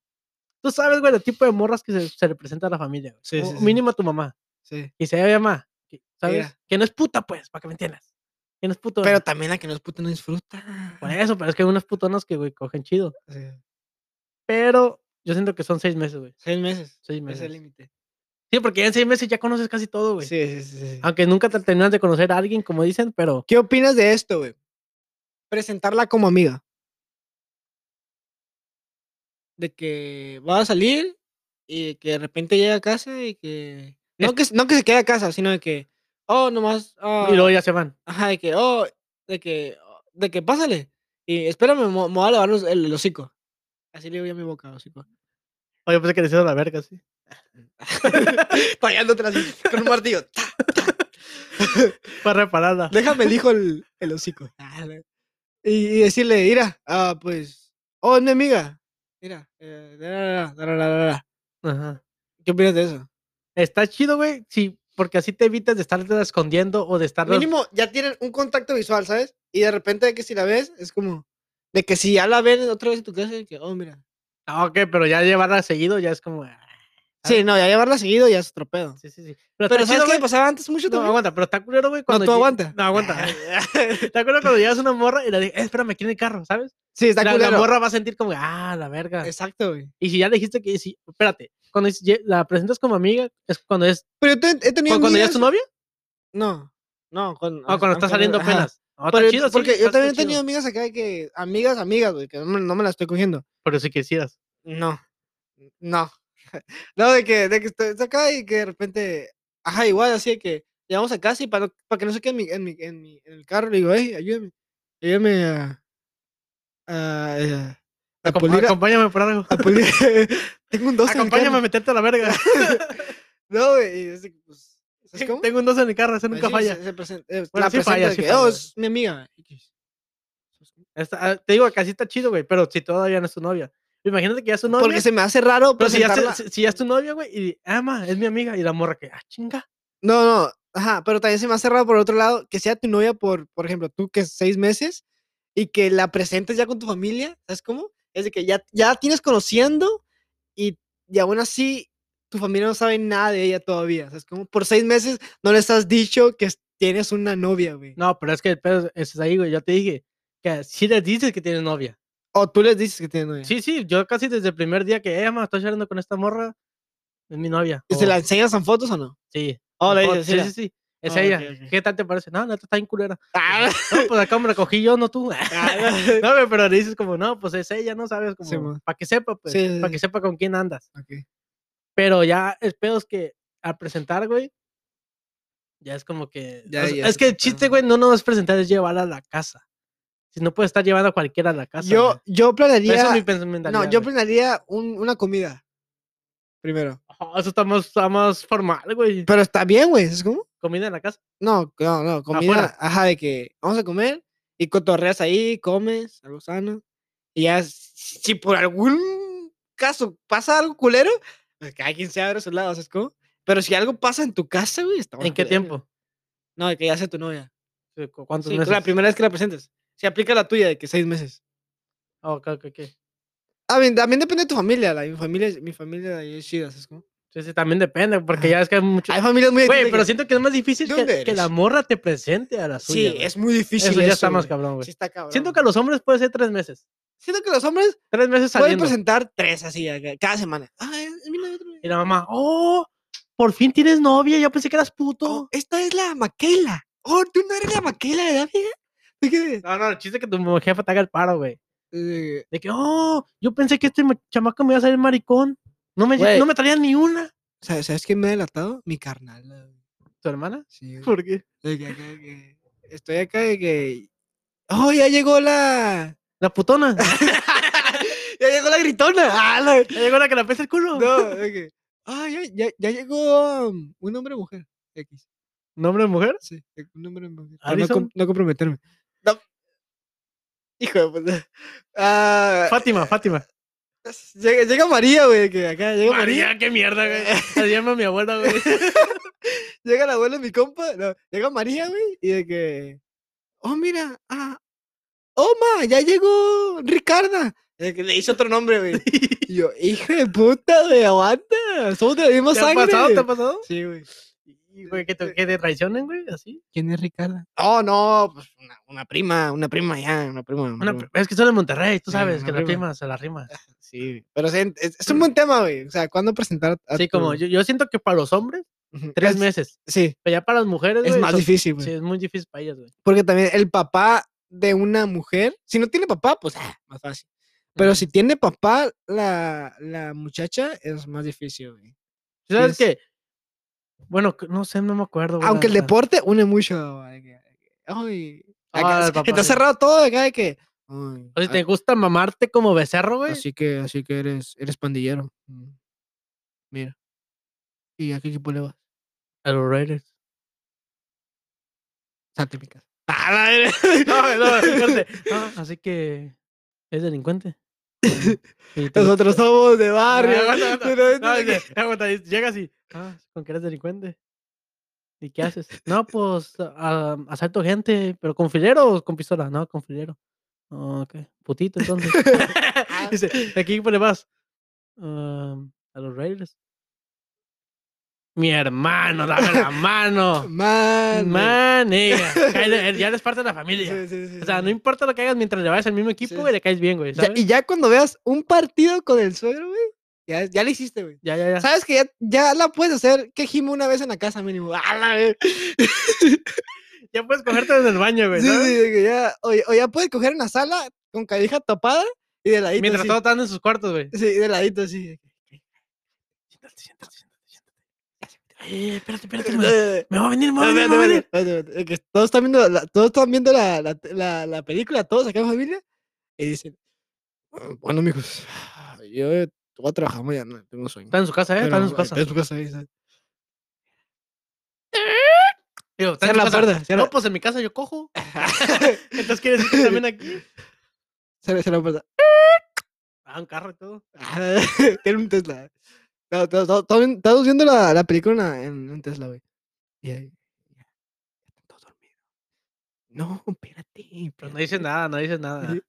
Speaker 2: Tú sabes, güey, el tipo de morras que se, se le presenta a la familia. güey,
Speaker 1: Sí,
Speaker 2: o
Speaker 1: sí, sí.
Speaker 2: Mínimo a tu mamá.
Speaker 1: Sí.
Speaker 2: Y se llama más. ¿Sabes?
Speaker 3: Mira.
Speaker 2: Que no es puta, pues, para que me entiendas. Que no es putona.
Speaker 3: Pero también la que no es puta no disfruta.
Speaker 2: Por eso, pero es que hay unas putonas que, güey, cogen chido.
Speaker 1: sí.
Speaker 2: Pero yo siento que son seis meses, güey.
Speaker 3: Seis meses.
Speaker 2: Seis
Speaker 3: Es el
Speaker 2: meses.
Speaker 3: límite.
Speaker 2: Sí, porque ya en seis meses ya conoces casi todo, güey.
Speaker 1: Sí, sí, sí, sí.
Speaker 2: Aunque nunca te terminas de conocer a alguien, como dicen, pero
Speaker 1: ¿Qué opinas de esto, güey? Presentarla como amiga.
Speaker 3: De que va a salir y de que de repente llega a casa y que. No
Speaker 2: Es-
Speaker 3: que, no que se quede a casa, sino de que. Oh, nomás. ah,
Speaker 2: y luego ya se van.
Speaker 3: Ajá, de que, oh, de que, oh, de que pásale. Y espérame, me, me voy a lavar los- el, el hocico. Así le digo yo a mi boca, hocico.
Speaker 2: Oye, pensé que les iba a la verga, sí.
Speaker 3: Tallándotela así, con un martillo. ta.
Speaker 2: Para repararla.
Speaker 1: Déjame elijo el, el hocico.
Speaker 3: Ah, la-
Speaker 1: Y, y decirle, mira, ah, pues, oh, es mi amiga.
Speaker 3: Mira, eh, da, da, da, da, da, da, da, da.
Speaker 2: Ajá.
Speaker 3: ¿qué opinas de eso?
Speaker 2: Está chido, güey. Sí, porque así te evitas de estarte escondiendo o de estar.
Speaker 1: Mínimo, ya tienen un contacto visual, ¿sabes? Y de repente de que si la ves, es como, de que si ya la ven otra vez en tu casa, de que, oh, mira.
Speaker 2: Ah, ok, pero ya llevarla seguido ya es como. ah,
Speaker 1: Sí, no, ya llevarla seguido ya es otro pedo.
Speaker 2: Sí, sí, sí.
Speaker 3: Pero
Speaker 2: está chido,
Speaker 3: ¿sabes qué
Speaker 2: güey.
Speaker 3: me
Speaker 1: Pues,
Speaker 3: pasaba antes mucho
Speaker 2: No,
Speaker 3: también?
Speaker 2: aguanta, pero está culero, güey. cuando
Speaker 1: tú
Speaker 2: lle-
Speaker 1: aguanta.
Speaker 2: No, aguanta. ¿Te acuerdas cuando llevas una morra y le dices, eh, espérame aquí en el carro, ¿sabes?
Speaker 1: Sí, está
Speaker 2: la, la
Speaker 1: culero.
Speaker 2: morra va a sentir como, ah, la verga.
Speaker 1: Exacto, güey.
Speaker 2: Y si ya le dijiste que sí, espérate, cuando es- ye- la presentas como amiga, es cuando es
Speaker 1: Pero yo te- he tenido
Speaker 2: cu- cuando ya es
Speaker 1: amigas-
Speaker 2: tu novia
Speaker 1: No, no, Ah, cuando,
Speaker 2: o cuando está saliendo
Speaker 1: apenas
Speaker 2: apenas. No, está
Speaker 1: Pero-
Speaker 2: chido, sí,
Speaker 1: porque
Speaker 2: está-
Speaker 1: yo
Speaker 2: está
Speaker 1: también he
Speaker 2: chido.
Speaker 1: tenido amigas acá de que, amigas, amigas, güey, que no me, no me la estoy cogiendo.
Speaker 2: Pero si quisieras.
Speaker 1: No, no. No, de que, de que estoy estoy acá y que de repente, ajá, igual, así de que llegamos a casa y para, no- para que no se quede en, mi, en, mi, en, mi- en el carro, le digo, hey, ayúdame, ayúdame a, a, eh, a
Speaker 2: Acom-
Speaker 1: pulir, a,
Speaker 2: acompáñame por algo.
Speaker 1: a pulir, tengo un 2 en el
Speaker 2: Acompáñame a
Speaker 1: carro.
Speaker 2: meterte a la verga.
Speaker 1: No, güey, y es de que, pues, ¿sabes cómo?
Speaker 2: Tengo un 2 en el carro, ese
Speaker 1: Pues
Speaker 2: nunca
Speaker 1: sí,
Speaker 2: falla.
Speaker 1: se- se presenta- eh,
Speaker 2: Bueno,
Speaker 1: la
Speaker 2: sí
Speaker 1: presenta
Speaker 2: falla,
Speaker 1: de
Speaker 2: sí
Speaker 1: que,
Speaker 2: falla.
Speaker 1: "Oh, es mi amiga. X".
Speaker 2: Está- ah, te digo que así está chido, güey, pero si todavía no es tu novia. Imagínate que ya es tu novia.
Speaker 1: Porque se me hace raro
Speaker 2: pero si ya,
Speaker 1: presentarla.
Speaker 2: se- si- si ya es tu novia, güey, y ama, es mi amiga, y la morra que, ah, chinga.
Speaker 1: No, no, ajá, pero también se me hace raro por otro lado que sea tu novia por, por ejemplo, tú que es seis meses y que la presentes ya con tu familia, ¿sabes cómo? Es de que ya, ya la tienes conociendo y, y aún así tu familia no sabe nada de ella todavía, ¿sabes cómo? Por seis meses no les has dicho que es- tienes una novia, güey.
Speaker 2: No, pero es que el pedo es es ahí, güey. Yo te dije que si le dices que tienes novia.
Speaker 1: O tú les dices que tienes novia.
Speaker 2: Sí, sí, yo casi desde el primer día que, eh, ma, estoy charlando con esta morra, es mi novia.
Speaker 1: ¿Y se
Speaker 2: o-
Speaker 1: la enseñas en fotos o no?
Speaker 2: Sí.
Speaker 1: Oh,
Speaker 2: en
Speaker 1: le
Speaker 2: foto,
Speaker 1: dices,
Speaker 2: sí,
Speaker 1: "Mira".
Speaker 2: sí, sí. Es
Speaker 1: Ah,
Speaker 2: ella.
Speaker 1: ok, ok.
Speaker 2: ¿Qué tal te parece? No, neta está bien culera.
Speaker 1: Ah,
Speaker 2: No, pues acá me la cogí yo, no tú.
Speaker 1: ah,
Speaker 2: no, güey, pero le dices como, no, pues es ella, no sabes, como,
Speaker 1: Sí, mo.
Speaker 2: para que sepa, pues,
Speaker 1: Sí, sí,
Speaker 2: para
Speaker 1: sí.
Speaker 2: que sepa con quién andas.
Speaker 1: ok.
Speaker 2: Pero ya, el pedo es que al presentar, güey, ya es como que. o
Speaker 1: Ya-
Speaker 2: sea,
Speaker 1: ya
Speaker 2: es
Speaker 1: se
Speaker 2: que el
Speaker 1: trata,
Speaker 2: chiste,
Speaker 1: ¿no?
Speaker 2: güey, no nos presentar, es llevarla a la casa. Si no puedes estar llevando a cualquiera a la casa. güey.
Speaker 1: Yo, yo
Speaker 2: Pero
Speaker 1: planearía...
Speaker 2: Esa es mi pens- mentalidad,
Speaker 1: No, yo
Speaker 2: güey.
Speaker 1: planearía un- una comida. Primero.
Speaker 2: Oh, eso está más, está más formal, güey.
Speaker 1: Pero está bien, güey. ¿sabes cómo?
Speaker 2: Comida en la casa.
Speaker 1: No, no, no. Comida.
Speaker 2: Afuera.
Speaker 1: Ajá, de que vamos a comer y cotorreas ahí, comes, algo sano. Y ya, si si por algún caso pasa algo culero, pues cada quien se abre a su lado, ¿sabes cómo? Pero si algo pasa en tu casa, güey, está más
Speaker 2: ¿En qué
Speaker 1: culero.
Speaker 2: tiempo?
Speaker 1: No, de que ya sea tu novia.
Speaker 2: Sí, ¿cu- ¿Cuántos
Speaker 1: Sí,
Speaker 2: meses?
Speaker 1: la primera vez que la presentes. Si aplica la tuya, de que seis meses.
Speaker 2: Ah, ok, ok, ok.
Speaker 1: Ah, bien, también depende de tu familia. La, mi familia, es- mi familia de ahí es chida, ¿sabes cómo?
Speaker 2: Sí, sí, también depende, porque
Speaker 1: Ajá.
Speaker 2: ya es que hay mucho.
Speaker 1: Hay familias muy
Speaker 2: Güey,
Speaker 1: distintas
Speaker 2: pero
Speaker 1: que-
Speaker 2: siento que es más difícil
Speaker 1: ¿De
Speaker 2: que,
Speaker 1: dónde
Speaker 2: que la
Speaker 1: eres?
Speaker 2: morra te presente a la
Speaker 1: Sí,
Speaker 2: suya. güey.
Speaker 1: es muy difícil.
Speaker 2: Eso ya está más
Speaker 1: güey.
Speaker 2: cabrón, güey.
Speaker 1: Sí está cabrón.
Speaker 2: Siento que a los hombres puede ser tres meses.
Speaker 1: Siento que los hombres
Speaker 2: Tres meses
Speaker 1: pueden
Speaker 2: saliendo.
Speaker 1: presentar tres así acá, cada semana. Ah, es- es mi novia otra vez.
Speaker 2: Y la mamá, oh, por fin tienes novia, yo pensé que eras
Speaker 1: Oh,
Speaker 2: puto.
Speaker 1: esta es la Maquela. Oh, tú no eres la Maquela, ¿verdad, vieja? ¿Tú qué eres?
Speaker 2: No, no, el chiste es que tu jefa te haga el paro, güey.
Speaker 1: Eh,
Speaker 2: De que, oh, yo pensé que este ma- chamaco me iba a salir maricón. No me,
Speaker 1: Güey.
Speaker 2: no me traían ni una.
Speaker 1: ¿Sabes, ¿Sabes quién me ha delatado? Mi carnal. la-
Speaker 2: ¿Tu hermana?
Speaker 1: Sí, güey.
Speaker 2: ¿Por qué?
Speaker 1: De que acá de que- Estoy acá de que ¡Oh, ya llegó la!
Speaker 2: La putona.
Speaker 1: ¡Ya llegó la gritona! ¡Ah, la-
Speaker 2: Ya llegó la que la pesa el culo.
Speaker 1: No, de que, "Ah, ya, ya- ya llegó um, un hombre o mujer. X.
Speaker 2: ¿Nombre de mujer?
Speaker 1: Sí, de- un hombre o mujer. Para no,
Speaker 2: ¿Alison?
Speaker 1: com- no comprometerme. No. Hijo de puta. Ah,
Speaker 2: Fátima, Fátima.
Speaker 1: llega, llega María, güey. de que Acá llega María.
Speaker 2: María, qué mierda, güey. Se llama mi abuela, güey.
Speaker 1: Llega el abuelo de mi compa. no, llega María, güey. Y de que. Oh, mira. Ah, oh, ma, ya llegó Ricarda. de que le hizo otro nombre, güey. Y yo, hijo de puta, güey, aguanta. Somos de la misma
Speaker 2: ¿Te ha
Speaker 1: sangre.
Speaker 2: pasado? ¿Te ha pasado?
Speaker 1: Sí, güey. Eh,
Speaker 2: Y, güey, que te, que te traicionen, güey, así.
Speaker 1: ¿Quién es Ricarda? Oh, no, pues una, una prima, una prima ya, una prima. una
Speaker 2: Una
Speaker 1: prima.
Speaker 2: pri- es que son de Monterrey, tú
Speaker 1: Sí,
Speaker 2: sabes
Speaker 1: una
Speaker 2: que la
Speaker 1: prima.
Speaker 2: prima se la rima.
Speaker 1: Sí, pero sí, es, es un buen tema, güey. O sea, ¿cuándo presentar a
Speaker 2: Sí, como
Speaker 1: tu-
Speaker 2: yo, yo siento que para los hombres,
Speaker 1: Ujú.
Speaker 2: tres
Speaker 1: Es-
Speaker 2: meses.
Speaker 1: Sí,
Speaker 2: Pero ya para las mujeres,
Speaker 1: es
Speaker 2: güey,
Speaker 1: más
Speaker 2: son-
Speaker 1: difícil, güey.
Speaker 2: Sí, es muy difícil para ellas, güey.
Speaker 1: Porque también el papá de una mujer, si no tiene papá, pues ah, más fácil. Pero
Speaker 2: Ujú.
Speaker 1: si tiene papá, la, la muchacha es más difícil, güey.
Speaker 2: ¿Sí ¿Sabes
Speaker 1: es-
Speaker 2: qué? Bueno, que- no sé, no me acuerdo. güey, la
Speaker 1: Aunque el
Speaker 2: neta.
Speaker 1: deporte une mucho. de que- de que, Ay,
Speaker 2: Ah,
Speaker 1: acá,
Speaker 2: el
Speaker 1: es-
Speaker 2: papá,
Speaker 1: está
Speaker 2: sí.
Speaker 1: cerrado todo acá de que. ay,
Speaker 2: O si
Speaker 1: ah,
Speaker 2: te gusta mamarte como becerro, güey.
Speaker 1: Así que, así que eres, eres pandillero. Mm. Mira. ¿Y a qué equipo le vas?
Speaker 2: A los Raiders.
Speaker 1: Salte mi casa.
Speaker 2: No, no, fíjate. Ah, así que es delincuente. Y te
Speaker 1: Nosotros
Speaker 2: gusta-
Speaker 1: somos de barrio.
Speaker 2: No, no, no,
Speaker 1: pero
Speaker 2: no,
Speaker 1: de que-
Speaker 2: dice, aguanta, dice, llegas y, ah, con que eres delincuente. ¿Y qué haces? No, pues a- asalto gente, pero con filero o con pistola. No, con filero. "Ah, ok, putito entonces. dice, ¿a qué equipo le vas? "Um, a los Raiders. Mi hermano, dame la mano.
Speaker 1: oh, Man.
Speaker 2: Man, ella. Cáele- Ya eres parte de la
Speaker 1: Sí,
Speaker 2: familia.
Speaker 1: sí, sí,
Speaker 2: O sea,
Speaker 1: sí.
Speaker 2: no importa lo que hagas mientras le vayas al mismo equipo,
Speaker 1: Sí,
Speaker 2: güey,
Speaker 1: sí.
Speaker 2: le caes bien, güey.
Speaker 1: Ya-
Speaker 2: ¿sabes?
Speaker 1: y ya cuando veas un partido con el suegro, güey, ya, ya lo hiciste, güey.
Speaker 2: Ya, ya, ya.
Speaker 1: Sabes que ya, ya la puedes hacer que gime una vez en la casa mínimo. ¡A la ver-
Speaker 2: Ya puedes cogerte desde el baño, güey.
Speaker 1: Sí,
Speaker 2: ¿sabes?
Speaker 1: sí, de que ya, o, ya- o ya puedes coger en la sala con cabija tapada y de ladito.
Speaker 2: Mientras
Speaker 1: así.
Speaker 2: todos están en sus cuartos, güey.
Speaker 1: Sí, de ladito, sí.
Speaker 2: Siéntate, siéntate, siéntate, siéntate. Ay, espérate, espérate. Me,
Speaker 1: Eh,
Speaker 2: me va a venir, me va
Speaker 1: espérate,
Speaker 2: a venir, me va a
Speaker 1: espérate,
Speaker 2: venir.
Speaker 1: espérate, espérate, que Todos están viendo, la, todos están viendo la, la, la- la película, todos acá en familia, y dicen, "Ah, bueno, amigos, yo voy a trabajar mañana, tengo sueño.
Speaker 2: Está en su casa, ¿eh? Está
Speaker 1: Pero,
Speaker 2: en su
Speaker 1: eh,
Speaker 2: casa.
Speaker 1: Está en su casa, ahí está.
Speaker 2: Digo, está
Speaker 1: Cierra
Speaker 2: en su
Speaker 1: la
Speaker 2: casa.
Speaker 1: puerta, cierra.
Speaker 2: No, pues en mi casa yo cojo. Entonces, ¿quieres ir también aquí?
Speaker 1: Cierra- cierra la puerta.
Speaker 2: Ah, un carro y todo.
Speaker 1: Ah, Tiene un Tesla. No, to- to- to- estamos viendo la, la película en la- en un Tesla, güey. Y ahí. ya, Están todos dormidos. No, espérate.
Speaker 2: Pero no
Speaker 1: espérate.
Speaker 2: dice nada, no dice nada.
Speaker 1: Sí.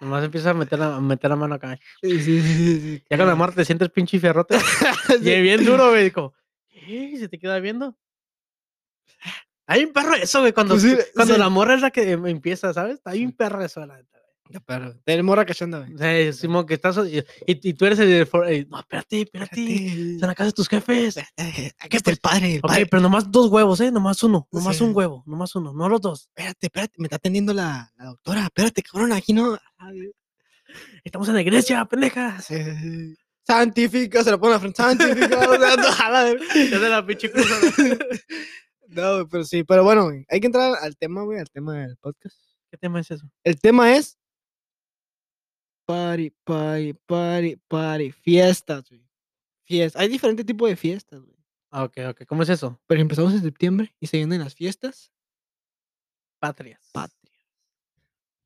Speaker 2: Nomás empieza a meter la, a meter la mano acá.
Speaker 1: Sí, sí, sí, sí,
Speaker 2: Ya con
Speaker 1: claro.
Speaker 2: la muerte te sientes pinche fierrote. Y bien duro, güey. Como, ¿qué? ¿Se te queda viendo? Hay un perro eso, güey. Cuando,
Speaker 1: Pues sí,
Speaker 2: tú- cuando
Speaker 1: sí.
Speaker 2: la morra es la que em- empieza, ¿sabes? Hay un perro eso, la neta, güey.
Speaker 1: Ya, perro. Del morra cachonda, güey.
Speaker 2: O sea, Simón, que estás. Y, y- y tú eres el. de for- eh, No, espérate, espérate.
Speaker 1: Espérate.
Speaker 2: Están acá de tus jefes.
Speaker 1: Eh, Aquí está el padre. El
Speaker 2: Ok,
Speaker 1: padre.
Speaker 2: pero nomás dos huevos, ¿eh? Nomás uno. Nomás
Speaker 1: Sí.
Speaker 2: un huevo. Nomás uno. No los dos.
Speaker 1: Espérate, espérate. Me está atendiendo la, la doctora. Espérate, cabrón. Aquí no.
Speaker 2: Estamos en la iglesia, pendejas.
Speaker 1: Sí, sí, sí. Santifica, se lo pone a la frente. Santifica. o sea, no, a la verga.
Speaker 2: Ya de la pinche cruz, ¿no?
Speaker 1: No, güey, pero sí, pero bueno, güey, hay que entrar al tema, güey, al tema del podcast.
Speaker 2: ¿Qué tema es eso?
Speaker 1: El tema es party, party, party, party, fiestas, güey. Fiestas. Hay diferentes tipos de fiestas, güey.
Speaker 2: Ah, ok, ok. ¿Cómo es eso?
Speaker 1: Pero empezamos en septiembre y se vienen las fiestas
Speaker 2: Patrias.
Speaker 1: patrias.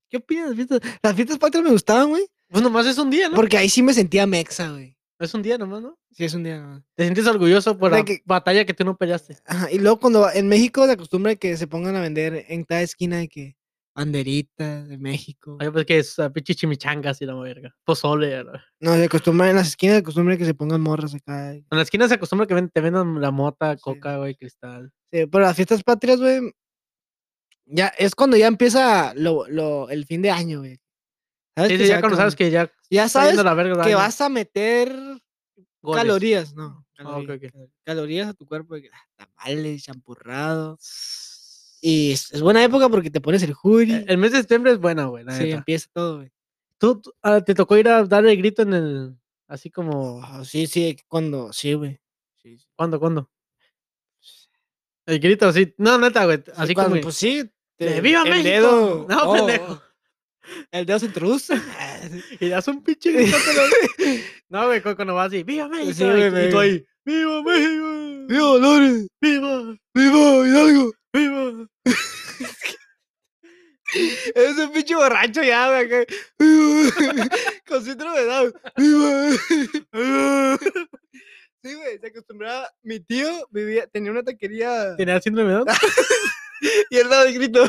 Speaker 1: ¿Qué opinas de las fiestas? Las fiestas patrias me gustaban, güey,
Speaker 2: Pues nomás es un día, ¿no?
Speaker 1: porque ahí sí me sentía mexa, güey.
Speaker 2: Es un día nomás, ¿no?
Speaker 1: Sí, es un día. nomás.
Speaker 2: Te sientes orgulloso por
Speaker 1: De
Speaker 2: la
Speaker 1: que-
Speaker 2: batalla que tú no peleaste.
Speaker 1: Ajá, y luego cuando en México se acostumbra que se pongan a vender en cada esquina de que banderitas de México.
Speaker 2: Ay, pues que es ah, pinche chimichangas y la verga. Pozole. a la-
Speaker 1: No, se acostumbra en las esquinas, se acostumbra que se pongan morras acá. y-
Speaker 2: En la esquina se acostumbra que ven- te vendan la mota,
Speaker 1: Sí.
Speaker 2: coca, güey, cristal.
Speaker 1: Sí, pero las fiestas patrias, güey, ya es cuando ya empieza lo, lo, el fin de año, güey. ¿Sabes
Speaker 2: Sí,
Speaker 1: que
Speaker 2: sí,
Speaker 1: se
Speaker 2: ya
Speaker 1: va
Speaker 2: cuando sabes
Speaker 1: acabando?
Speaker 2: que ya
Speaker 1: Ya
Speaker 2: está yendo
Speaker 1: sabes
Speaker 2: la verga el
Speaker 1: que
Speaker 2: año.
Speaker 1: vas a meter
Speaker 2: Goles.
Speaker 1: calorías, ¿no?
Speaker 2: Ah, ok,
Speaker 1: Calorías,
Speaker 2: ok.
Speaker 1: cal- calorías a tu cuerpo, de que, ah, tamales, champurrado. Y es, es buena época porque te pones el
Speaker 2: Eh,
Speaker 1: jury,
Speaker 2: El mes de septiembre es bueno, güey. la
Speaker 1: sí,
Speaker 2: neta.
Speaker 1: empieza todo, güey.
Speaker 2: ¿Tú tú, ah, te tocó ir a dar el grito en el. Así como.
Speaker 1: Oh, sí, sí, cuando, sí, güey. Sí, sí.
Speaker 2: ¿Cuándo, cuándo? El grito, sí. No, neta, güey.
Speaker 1: Sí,
Speaker 2: Así
Speaker 1: cuando-
Speaker 2: como.
Speaker 1: Pues sí,
Speaker 2: ¡De
Speaker 4: te-
Speaker 2: viva
Speaker 4: el
Speaker 2: México!
Speaker 4: dedo.
Speaker 2: No,
Speaker 1: Oh,
Speaker 2: pendejo.
Speaker 1: El dedo se introduce. pues,
Speaker 2: Y das un pinche gritote, No, No, güey, cu- cuando va así, ¡Viva México!
Speaker 1: Sí,
Speaker 2: y-
Speaker 1: güey,
Speaker 2: y, tú
Speaker 1: güey.
Speaker 2: ahí, ¡Viva México!
Speaker 1: ¡Viva Dolores!
Speaker 2: ¡Viva!
Speaker 1: ¡Viva Hidalgo!
Speaker 2: ¡Viva!
Speaker 1: Es un pinche borracho ya, güey. acá. ¡Viva! Con síndrome de Down. ¡Viva! Sí, güey, se acostumbraba. Mi tío vivía, tenía una taquería
Speaker 2: ¿Tenía síndrome de Down?
Speaker 1: y él daba el grito.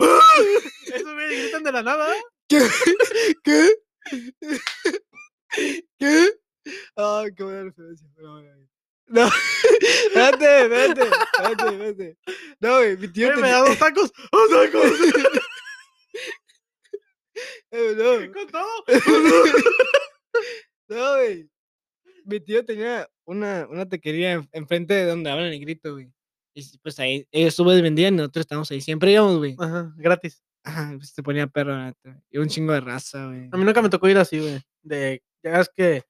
Speaker 2: Eso me gritan de la nada. ¿eh?
Speaker 1: ¿Qué? ¿Qué? Ah, qué buena referencia. pero bueno, güey. No, espérate, espérate, espérate, espérate. No, güey, mi tío
Speaker 2: Güey, "Eh, Me
Speaker 1: tenía...
Speaker 2: da dos tacos. ¡Dos tacos!
Speaker 1: Eh, no.
Speaker 2: ¡Con todo!
Speaker 1: No, güey. Mi tío tenía una, una taquería en- enfrente de donde hablan el grito, güey. Y s- pues ahí, ellos estuvo vendían y nosotros estábamos ahí. Siempre íbamos, güey.
Speaker 2: Ajá, gratis.
Speaker 1: Ajá, pues te ponía perro, la neta. Y un chingo de raza, güey.
Speaker 2: A mí nunca me tocó ir así, güey. De, ya ves que.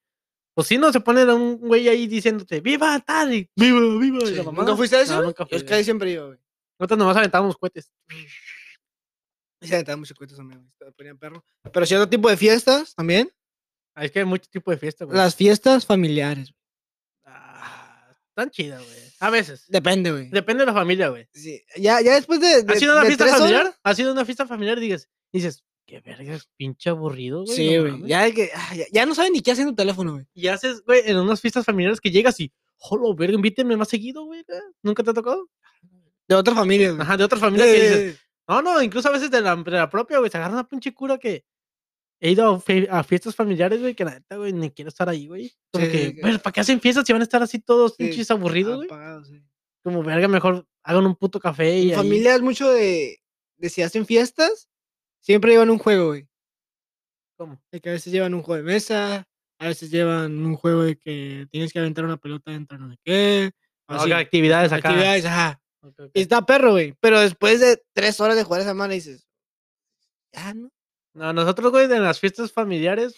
Speaker 2: Pues si no se pone un güey ahí diciéndote, ¡Viva tal! y ¡Viva, viva! y
Speaker 1: Sí.
Speaker 2: la
Speaker 1: ¿Nunca
Speaker 2: mamada.
Speaker 1: fuiste a eso?
Speaker 2: No,
Speaker 1: güey?
Speaker 2: nunca
Speaker 1: Yo
Speaker 2: fui.
Speaker 1: es que ahí siempre iba, güey.
Speaker 2: Nosotros nomás aventábamos cohetes.
Speaker 1: Y se aventaban muchos cuentos, amigos. Te ponían perro. Pero si otro tipo de fiestas también.
Speaker 2: Ah, Es que hay mucho tipo de fiesta, güey.
Speaker 1: Las fiestas familiares. güey.
Speaker 2: Ah, están chidas, güey. A veces.
Speaker 1: Depende, güey.
Speaker 2: Depende de la familia, güey.
Speaker 1: Sí, Ya, ya después de. de
Speaker 2: ¿Ha sido una
Speaker 1: de
Speaker 2: fiesta
Speaker 1: tres horas-
Speaker 2: familiar? ¿Ha sido una fiesta familiar? Dices, dices, qué vergas, pinche aburrido, güey.
Speaker 1: Sí,
Speaker 2: no
Speaker 1: güey.
Speaker 2: mames".
Speaker 1: ya, de que, ah, ya, ya no saben ni qué hacen en tu teléfono, güey.
Speaker 2: Y haces, güey, en unas fiestas familiares que llegas y, jolo, verga, invítenme más seguido, güey. ¿eh? ¿Nunca te ha tocado?
Speaker 1: De otra familia, güey.
Speaker 2: Ajá, de otras familias
Speaker 1: Eh,
Speaker 2: que dices, no, no, incluso a veces de la, de la propia, güey, se agarra una pinche cura que he ido a, fe- a fiestas familiares, güey, que la neta, güey, ni quiero estar ahí, güey. Como
Speaker 1: Sí,
Speaker 2: que,
Speaker 1: que-
Speaker 2: "Pero, ¿para qué hacen fiestas si van a estar así todos
Speaker 1: Sí,
Speaker 2: pinches aburridos, güey?
Speaker 1: Apagados, sí.
Speaker 2: Como, verga, mejor hagan un puto café y
Speaker 1: Mi
Speaker 2: ahí-
Speaker 1: familia es mucho de, de si hacen fiestas, siempre llevan un juego, güey.
Speaker 2: ¿Cómo?
Speaker 1: De que a veces llevan un juego de mesa, a veces llevan un juego de que tienes que aventar una pelota dentro de no sé qué. o
Speaker 2: Ah,
Speaker 1: así,
Speaker 2: ok, actividades acá.
Speaker 1: actividades, ajá.
Speaker 2: Ok, ok.
Speaker 1: Y está perro, güey. Pero después de tres horas de jugar esa mano dices, ya no.
Speaker 2: No, nosotros, güey, en las fiestas familiares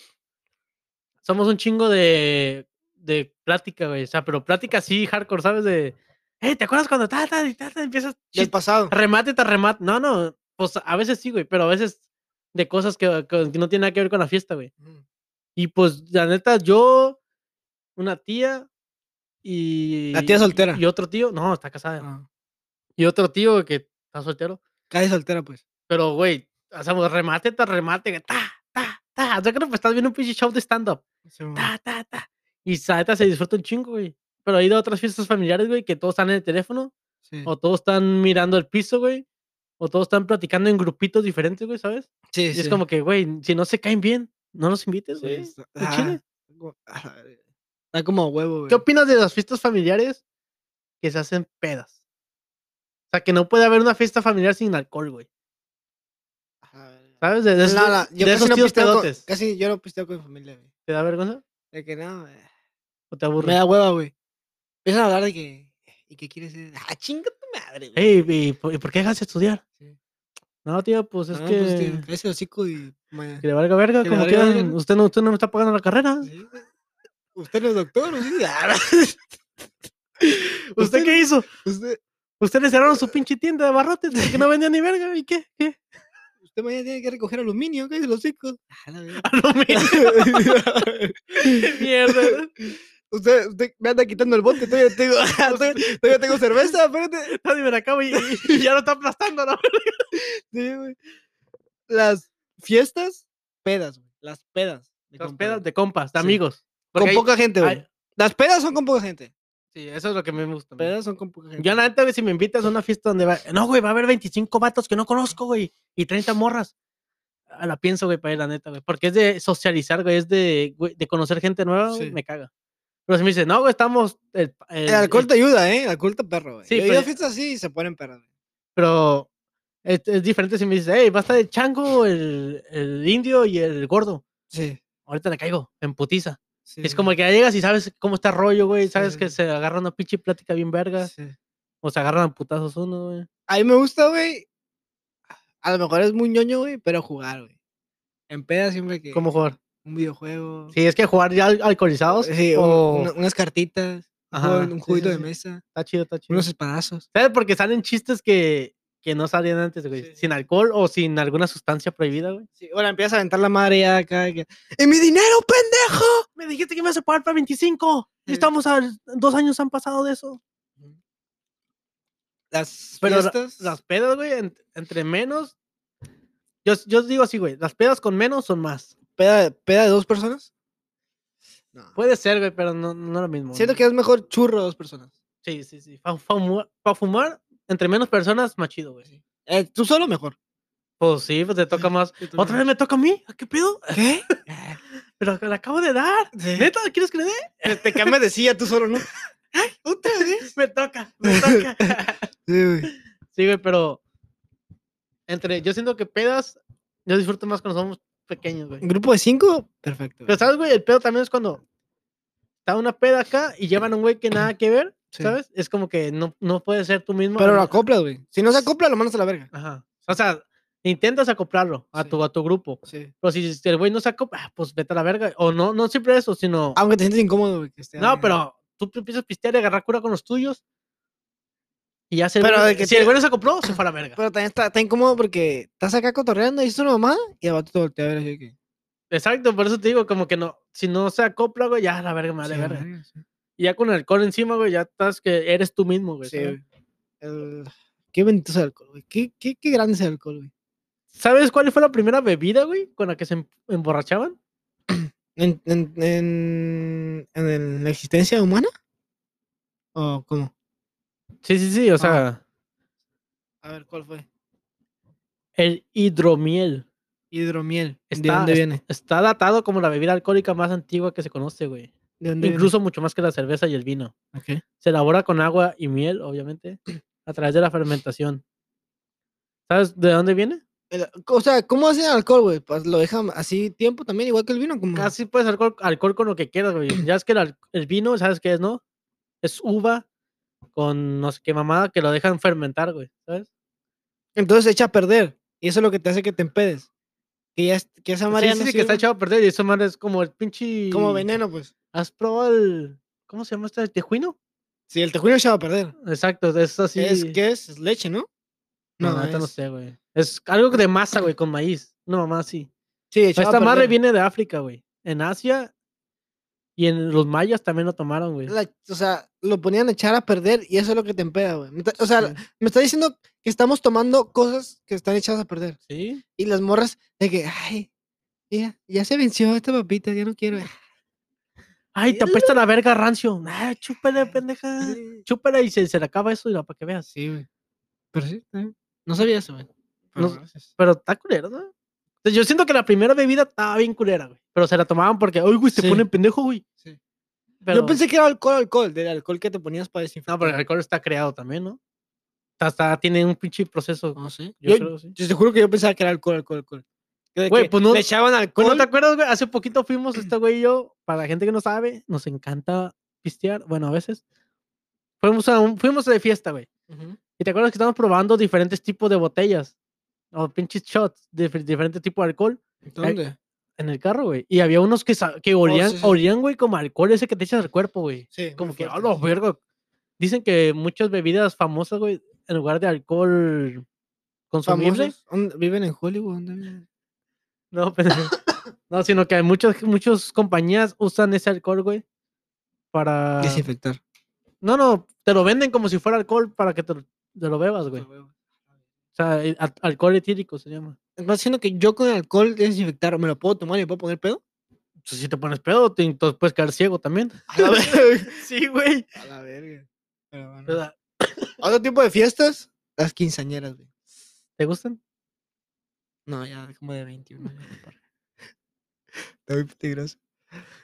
Speaker 2: somos un chingo de, de plática, güey. O sea, pero plática así, hardcore, ¿sabes? De, eh, ¿te acuerdas cuando ta, ta, y ta, ta, empiezas
Speaker 1: Ya es
Speaker 2: chis-
Speaker 1: pasado.
Speaker 2: remate tras remate? No, no, pues a veces sí, güey, pero a veces de cosas que, ah, que- que no tienen nada que ver con la fiesta, güey.
Speaker 1: Ujú.
Speaker 2: Y pues, la neta, yo, una tía y...
Speaker 1: La tía soltera.
Speaker 2: Y otro tío, no, está casada.
Speaker 1: Ah,
Speaker 2: Y otro tío que está soltero.
Speaker 1: Casi soltera, pues.
Speaker 2: Pero, güey, hacemos remate tras remate, que ta, ta, ta. Yo creo que pues, estás viendo un pinche show de stand-up.
Speaker 1: Mm. Ah,
Speaker 2: Ta, ta, ta. Y Saeta se disfruta un chingo, güey. Pero he ido a otras fiestas familiares, güey, que todos están en el teléfono,
Speaker 1: Sí.
Speaker 2: o todos están mirando el piso, güey, o todos están platicando en grupitos diferentes, güey, ¿sabes?
Speaker 1: Sí,
Speaker 2: Y es
Speaker 1: sí,
Speaker 2: como que, güey, si no se caen bien, no nos invites,
Speaker 1: sí,
Speaker 2: güey.
Speaker 1: está-
Speaker 2: ¿de
Speaker 1: ah,
Speaker 2: Chile?
Speaker 1: como- ah, la verga. Está como a huevo, güey.
Speaker 2: ¿Qué opinas de las fiestas familiares que se hacen pedas? O sea, que no puede haber una fiesta familiar sin alcohol, güey.
Speaker 1: Ah, la verga.
Speaker 2: ¿Sabes? De, de esos,
Speaker 1: No, no, yo
Speaker 2: de
Speaker 1: casi
Speaker 2: esos
Speaker 1: no
Speaker 2: tíos
Speaker 1: pisteo con-
Speaker 2: pedotes.
Speaker 1: casi yo no pisteo con mi familia, güey.
Speaker 2: ¿Te da vergüenza?
Speaker 1: De que no, eh,
Speaker 2: ¿O te
Speaker 1: me
Speaker 2: aburre?
Speaker 1: da hueva, güey. Empiezan a hablar de que. ¿Y qué quieres ser? ¡Ah, chinga tu madre, güey!
Speaker 2: Ey, ¿y por, y por qué dejas de estudiar?
Speaker 1: Sí.
Speaker 2: No, tío, pues es
Speaker 1: No,
Speaker 2: que.
Speaker 1: pues, tío, cállese el hocico y. ma-
Speaker 2: Que le valga verga,
Speaker 1: que le
Speaker 2: como
Speaker 1: valga
Speaker 2: quieran,
Speaker 1: verga, ¿no?
Speaker 2: Usted, no, usted no me está pagando la carrera.
Speaker 1: ¿Sí, güey? ¿Usted no es doctor? o sí? Ah,
Speaker 2: ¿Usted
Speaker 1: usted-
Speaker 2: qué hizo?
Speaker 1: Usted,
Speaker 2: Usted le cerraron su pinche tienda de barrotes que no vendía ni verga. ¿Y qué? ¿Qué?
Speaker 1: usted mañana tiene que recoger aluminio, cállese el hocico. Ah, la verga.
Speaker 2: Aluminio, mierda.
Speaker 1: usted, usted me anda quitando el bote, todavía tengo, todavía, todavía tengo cerveza, espérate.
Speaker 2: Nadie me la acaba y, y- y ya lo está aplastando, ¿no?
Speaker 1: Sí, güey. Las fiestas, pedas, güey. Las pedas. de
Speaker 2: Las
Speaker 1: compas,
Speaker 2: pedas
Speaker 1: güey.
Speaker 2: de compas, de
Speaker 1: Sí.
Speaker 2: amigos.
Speaker 1: Con
Speaker 2: Porque ahí-
Speaker 1: poca gente, güey.
Speaker 2: hay-
Speaker 1: Las pedas son con poca gente.
Speaker 2: Sí, eso es lo que me gusta. a mí.
Speaker 1: Pedas son con poca gente.
Speaker 2: Yo, la neta, güey, si me invitas a una fiesta donde va. No, güey, va a haber 25 vatos que no conozco, güey. Y 30 morras. A la pienso, güey, para ir, la neta, güey. Porque es de socializar, güey. Es de, güey, de conocer gente nueva, güey,
Speaker 1: Sí.
Speaker 2: me caga. Pero si me dicen, no, güey, estamos. El, el-
Speaker 1: El alcohol
Speaker 2: el-
Speaker 1: te ayuda, ¿eh? El alcohol te perro, güey.
Speaker 2: Sí,
Speaker 1: Sí,
Speaker 2: pues,
Speaker 1: Yo he
Speaker 2: pero
Speaker 1: ido a
Speaker 2: ya-
Speaker 1: fiestas así y se ponen perros. güey.
Speaker 2: pero es, es diferente si me dices, hey, va a estar el chango, el, el indio y el gordo.
Speaker 1: Sí.
Speaker 2: Ahorita le caigo, en putiza.
Speaker 1: sí,
Speaker 2: Es como que ya llegas y sabes cómo está el rollo, güey. Sabes
Speaker 1: sí,
Speaker 2: que
Speaker 1: sí.
Speaker 2: se agarra una pinche plática bien
Speaker 1: güey,
Speaker 2: vergas.
Speaker 1: sí.
Speaker 2: O se agarran a putazos uno, güey.
Speaker 1: A mí me gusta, güey. A lo mejor es muy ñoño, güey, pero jugar, güey. En pedas siempre que.
Speaker 2: ¿Cómo jugar?
Speaker 1: Un videojuego.
Speaker 2: Sí, es que jugar ya al- alcoholizados.
Speaker 1: sí, un-
Speaker 2: o-
Speaker 1: una- unas cartitas. un
Speaker 2: Ajá,
Speaker 1: juego-
Speaker 2: sí,
Speaker 1: un
Speaker 2: sí,
Speaker 1: juguito de
Speaker 2: sí.
Speaker 1: mesa.
Speaker 2: Está chido, está chido.
Speaker 1: Unos espadazos.
Speaker 2: ¿Sabes? Porque salen chistes que, que no salían antes, güey.
Speaker 1: Sí, sí.
Speaker 2: Sin alcohol o sin alguna sustancia prohibida, güey.
Speaker 1: Sí, ahora empiezas a aventar la madre ya acá. que, ¡Y mi dinero, pendejo!
Speaker 2: Me dijiste que me vas a pagar para 25.
Speaker 1: Sí.
Speaker 2: Estamos a dos años han pasado de eso.
Speaker 1: Las
Speaker 2: Pero la-
Speaker 1: fiestas.
Speaker 2: Las pedas, güey, en- entre menos. Yo, yo digo así, güey. Las pedas con menos son más.
Speaker 1: peda, peda de dos personas. No.
Speaker 2: Puede ser, güey, pero no, no lo mismo.
Speaker 1: Siento
Speaker 2: güey.
Speaker 1: que es mejor churro de dos personas.
Speaker 2: Sí, sí, sí. Para fumar, pa' fumar, entre menos personas, más chido, güey.
Speaker 1: Eh, tú solo mejor.
Speaker 2: Pues sí, pues te toca más.
Speaker 1: que tú
Speaker 2: ¿Otra vez
Speaker 1: solo.
Speaker 2: me toca a mí? ¿A ¿Qué pedo?
Speaker 1: ¿Qué?
Speaker 2: Pero la acabo de dar.
Speaker 1: Sí.
Speaker 2: ¿Neta? ¿Quieres que le dé?
Speaker 1: Te, te cambias de silla tú solo, ¿no? Ay, ¿Otra vez?
Speaker 2: Me toca, me toca.
Speaker 1: Sí, güey.
Speaker 2: Sí, güey, pero entre, yo siento que pedas, yo disfruto más cuando somos pequeños, güey.
Speaker 1: ¿Un grupo de cinco? Perfecto.
Speaker 2: Pero sabes, güey, el pedo también es cuando está una peda acá y llevan a un güey que nada que ver,
Speaker 1: Sí.
Speaker 2: ¿sabes? Es como que no, no puedes ser tú mismo.
Speaker 1: Pero
Speaker 2: al-
Speaker 1: lo acoplas, güey. Si no se acopla, lo mandas a la verga.
Speaker 2: Ajá. O sea, intentas acoplarlo a
Speaker 1: Sí.
Speaker 2: tu a tu grupo.
Speaker 1: Sí.
Speaker 2: Pero si el güey no se acopla, ah, pues vete a la verga. O no, no siempre eso, sino.
Speaker 1: Aunque te sientes incómodo, güey. que esté
Speaker 2: no,
Speaker 1: alguien.
Speaker 2: pero tú te empiezas a pistear y agarrar cura con los tuyos. Y ya se.
Speaker 1: Pero de que
Speaker 2: si el
Speaker 1: te-
Speaker 2: güey no se acopló, se fue a la verga.
Speaker 1: Pero también está, está incómodo porque estás acá cotorreando y es una mamá y el vato te voltea a ver así que.
Speaker 2: Exacto, por eso te digo, como que no. Si no se acopla, güey, ya a la verga, me vale
Speaker 1: sí,
Speaker 2: verga.
Speaker 1: verga, sí.
Speaker 2: Y ya con el alcohol encima, güey, ya estás que eres tú mismo, güey.
Speaker 1: Sí,
Speaker 2: ¿sabes?
Speaker 1: güey. El- Qué bendito es el alcohol, güey. Qué, qué, qué grande es el alcohol, güey.
Speaker 2: ¿Sabes cuál fue la primera bebida, güey, con la que se em- emborrachaban?
Speaker 1: ¿En, en, en, en el- la existencia humana? ¿O cómo?
Speaker 2: Sí, sí, sí, o sea,
Speaker 1: A ver, ¿cuál fue?
Speaker 2: el hidromiel.
Speaker 1: Hidromiel. ¿De
Speaker 2: Está-
Speaker 1: dónde
Speaker 2: es-
Speaker 1: viene?
Speaker 2: Está datado como la bebida alcohólica más antigua que se conoce, güey.
Speaker 1: ¿De dónde
Speaker 2: Incluso mucho más que la cerveza y el vino.
Speaker 1: viene? Ok.
Speaker 2: Se elabora con agua y miel, obviamente, a través de la fermentación. ¿Sabes de dónde viene?
Speaker 1: El- o sea, ¿cómo hacen el alcohol, güey? Pues lo dejan así tiempo también, igual que el vino. Como...
Speaker 2: Casi puedes alcohol, alcohol con lo que quieras, güey. Ya es que el, al- el vino, ¿sabes qué es, no? Es uva con no sé qué mamada que lo dejan fermentar, güey, ¿sabes?
Speaker 1: Entonces se echa a perder. Y eso es lo que te hace que te empedes. Que ya, es- que esa
Speaker 2: Sí,
Speaker 1: marea
Speaker 2: sí,
Speaker 1: no
Speaker 2: sí, que está
Speaker 1: sirve.
Speaker 2: echado a perder y eso, man, es como el pinche...
Speaker 1: Como veneno, pues.
Speaker 2: ¿Has probado el. ¿Cómo se llama este? ¿El tejuino?
Speaker 1: Sí, el tejuino echado a perder.
Speaker 2: Exacto, es así.
Speaker 1: Es que es? Es leche, ¿no?
Speaker 2: No, la neta no
Speaker 1: es-
Speaker 2: sé, güey. Es algo de masa, güey, con maíz. No, mamá, sí.
Speaker 1: Sí, echado a
Speaker 2: Esta madre
Speaker 1: perder.
Speaker 2: viene de África, güey. En Asia y en los mayas también lo tomaron, güey.
Speaker 1: la- o sea, lo ponían a echar a perder y eso es lo que te empeda, güey. Me está- O sea,
Speaker 2: Sí.
Speaker 1: me está diciendo que estamos tomando cosas que están echadas a perder.
Speaker 2: Sí.
Speaker 1: Y las morras de que, ay, mira, ya se venció esta papita, ya no quiero.
Speaker 2: Ay, te apesta la verga, rancio. Ah, chúpale, pendeja.
Speaker 1: Sí,
Speaker 2: Chúpale y se, se le acaba eso y la para que veas.
Speaker 1: güey. Pero sí, está bien. no sabía eso, güey. Pero
Speaker 2: No-
Speaker 1: gracias.
Speaker 2: Pero está culero, ¿no? Entonces, Yo siento que la primera bebida estaba bien culera, güey. Pero se la tomaban porque, ay, güey, se
Speaker 1: Sí.
Speaker 2: pone pendejo, güey.
Speaker 1: Sí.
Speaker 2: Pero-
Speaker 1: Yo pensé que era alcohol, alcohol, del alcohol que te ponías para desinfectar.
Speaker 2: No, pero el alcohol está creado también, ¿no? Está, está- tiene un pinche proceso.
Speaker 1: No sé.
Speaker 2: Yo,
Speaker 1: Yo,
Speaker 2: creo, sí.
Speaker 1: yo te juro que yo pensaba que era alcohol, alcohol, alcohol. Que de
Speaker 2: Güey,
Speaker 1: que
Speaker 2: pues no-
Speaker 1: le echaban
Speaker 2: Güey,
Speaker 1: alcohol.
Speaker 2: ¿No te acuerdas, güey? Hace poquito fuimos, este güey y yo, para la gente que no sabe, nos encanta pistear, bueno, a veces. Fuimos, a un- fuimos de fiesta, güey.
Speaker 1: Ujú.
Speaker 2: Y te acuerdas que estábamos probando diferentes tipos de botellas, o pinches shots, de difer- diferente tipo de alcohol
Speaker 1: ¿Dónde?
Speaker 2: en el carro, güey. Y había unos que, sa- que olían,
Speaker 1: Oh, sí, sí.
Speaker 2: olían, güey, como alcohol ese que te echas al cuerpo, güey.
Speaker 1: Sí.
Speaker 2: Como que, a
Speaker 1: a
Speaker 2: los verga. Dicen que muchas bebidas famosas, güey, en lugar de alcohol consumible.
Speaker 1: famosos. ¿Dónde- ¿Viven en Hollywood? ¿Dónde viven?
Speaker 2: No, pero- no, sino que hay muchas, muchas compañías usan ese alcohol, güey,
Speaker 1: Ah,
Speaker 2: para.
Speaker 1: Desinfectar.
Speaker 2: No, no, te lo venden como si fuera alcohol para que te, lo- te lo bebas, güey. O sea, el al- alcohol etílico se llama.
Speaker 1: ¿Estás diciendo que yo con el alcohol desinfectar me lo puedo tomar y me puedo poner pedo?
Speaker 2: Entonces, si te pones pedo, te, entonces puedes quedar ciego también.
Speaker 1: A la verga.
Speaker 2: Sí, güey.
Speaker 1: A la verga. Pero bueno.
Speaker 2: O sea,
Speaker 1: Otro tipo de fiestas, las quinceañeras, güey.
Speaker 2: ¿Te gustan?
Speaker 1: No, ya como de 21. ya, parra. Está muy peligroso.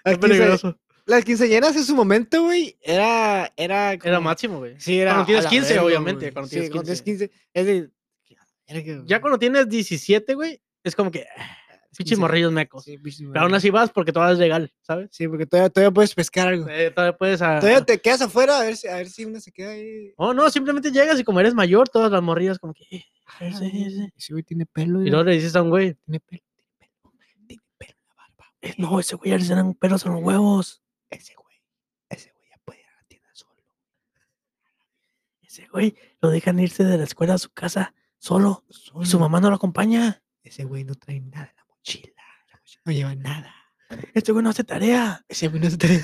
Speaker 1: Las, quince-
Speaker 2: Es peligroso.
Speaker 1: las quinceañeras en su momento, güey, era. Era,
Speaker 2: Era
Speaker 1: como-
Speaker 2: máximo, güey.
Speaker 1: Sí, era.
Speaker 2: Cuando tienes
Speaker 1: a la
Speaker 2: 15,
Speaker 1: verga,
Speaker 2: obviamente,
Speaker 1: güey.
Speaker 2: cuando
Speaker 1: Sí,
Speaker 2: tienes
Speaker 1: 15. Es de. que a la verga,
Speaker 2: Ya
Speaker 1: güey.
Speaker 2: cuando tienes 17, güey, es como que. ah, Pinches
Speaker 1: sí.
Speaker 2: morrillos mecos.
Speaker 1: Sí, pinche
Speaker 2: Pero aún
Speaker 1: madre.
Speaker 2: así vas porque todavía es legal, ¿sabes?
Speaker 1: Sí, porque todavía, todavía puedes pescar algo.
Speaker 2: Eh, todavía puedes. ah,
Speaker 1: Todavía te quedas afuera a ver si, a ver si uno se queda ahí.
Speaker 2: Oh, no, simplemente llegas y como eres mayor, todas las morrillas como que... "Eh,
Speaker 1: Ah,
Speaker 2: ese, ese".
Speaker 1: Ese güey tiene pelo.
Speaker 2: Y
Speaker 1: güey.
Speaker 2: luego le dices a un güey,
Speaker 1: Tiene pelo, tiene pelo, tiene pelo en la barba.
Speaker 2: "Eh, no, ese güey ya le salen pelos en los huevos.
Speaker 1: Ese güey, ese güey ya puede ir a la tienda solo.
Speaker 2: Ese güey lo dejan irse de la escuela a su casa solo. Y su
Speaker 1: Solo.
Speaker 2: mamá no lo acompaña.
Speaker 1: Ese güey no trae nada en la mochila. la mochila No lleva nada.
Speaker 2: Este güey no hace tarea.
Speaker 1: Ese güey no se trae.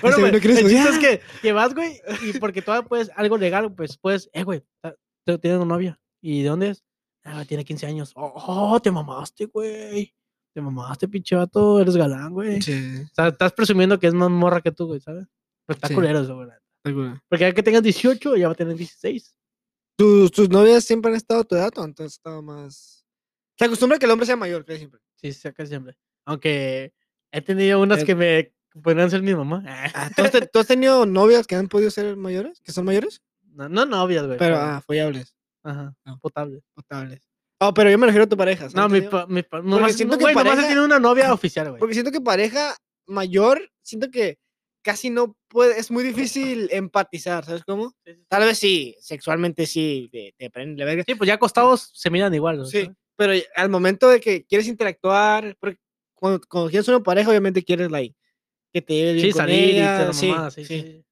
Speaker 2: Bueno,
Speaker 1: Ese güey
Speaker 2: güey,
Speaker 1: no quiere
Speaker 2: el chiste es
Speaker 1: estudiar.
Speaker 2: que, que vas, güey, y porque todavía puedes, algo legal, pues puedes, eh, güey, ta- te- tienes una novia. ¿Y de dónde es? Ah, güey, tiene 15 años. Oh, oh, te mamaste, güey. Te mamaste, pinche vato, eres galán, güey.
Speaker 1: Sí,
Speaker 2: O sea, estás presumiendo que es más morra que tú, güey, ¿sabes? Pero está
Speaker 1: Sí.
Speaker 2: culero eso, güey.
Speaker 1: alguna.
Speaker 2: Porque ya que tengas 18, ya va a tener 16.
Speaker 1: ¿Tus, tus novias siempre han estado a tu edad o entonces estaba más. Se acostumbra que el hombre sea mayor, que siempre.
Speaker 2: Sí, sí, casi siempre. Aunque he tenido unas
Speaker 1: Es-
Speaker 2: que me podrían ser mi mamá. Ah,
Speaker 1: Ah, ¿tú, has te- tú has tenido novias que han podido ser mayores? ¿Que son mayores?
Speaker 2: No, no novias, güey.
Speaker 1: Pero, ah, follables,
Speaker 2: Ajá,
Speaker 1: no.
Speaker 2: potable.
Speaker 1: potables. Oh, pero yo me refiero a tu pareja. ¿sí me
Speaker 2: No, mi,
Speaker 1: entendió?
Speaker 2: pa, mi pa, nomás,
Speaker 1: siento que
Speaker 2: güey, nomás he
Speaker 1: pareja-
Speaker 2: tenido una novia oficial, güey.
Speaker 1: Porque siento que pareja mayor, siento que casi no puede. Es muy difícil empatizar, ¿sabes cómo?
Speaker 2: Sí, sí, sí.
Speaker 1: Tal vez sí, sexualmente sí, te, te prenden la verga.
Speaker 2: Sí, pues ya acostados se miran igual. ¿no?
Speaker 1: Sí, pero y- al momento de que quieres interactuar, porque cuando, cuando quieres una pareja, obviamente quieres, like, que te lleve bien
Speaker 2: Sí,
Speaker 1: con
Speaker 2: salir y
Speaker 1: ella,
Speaker 2: hacer
Speaker 1: sí,
Speaker 2: mamadas, sí, sí,
Speaker 1: sí,
Speaker 2: sí.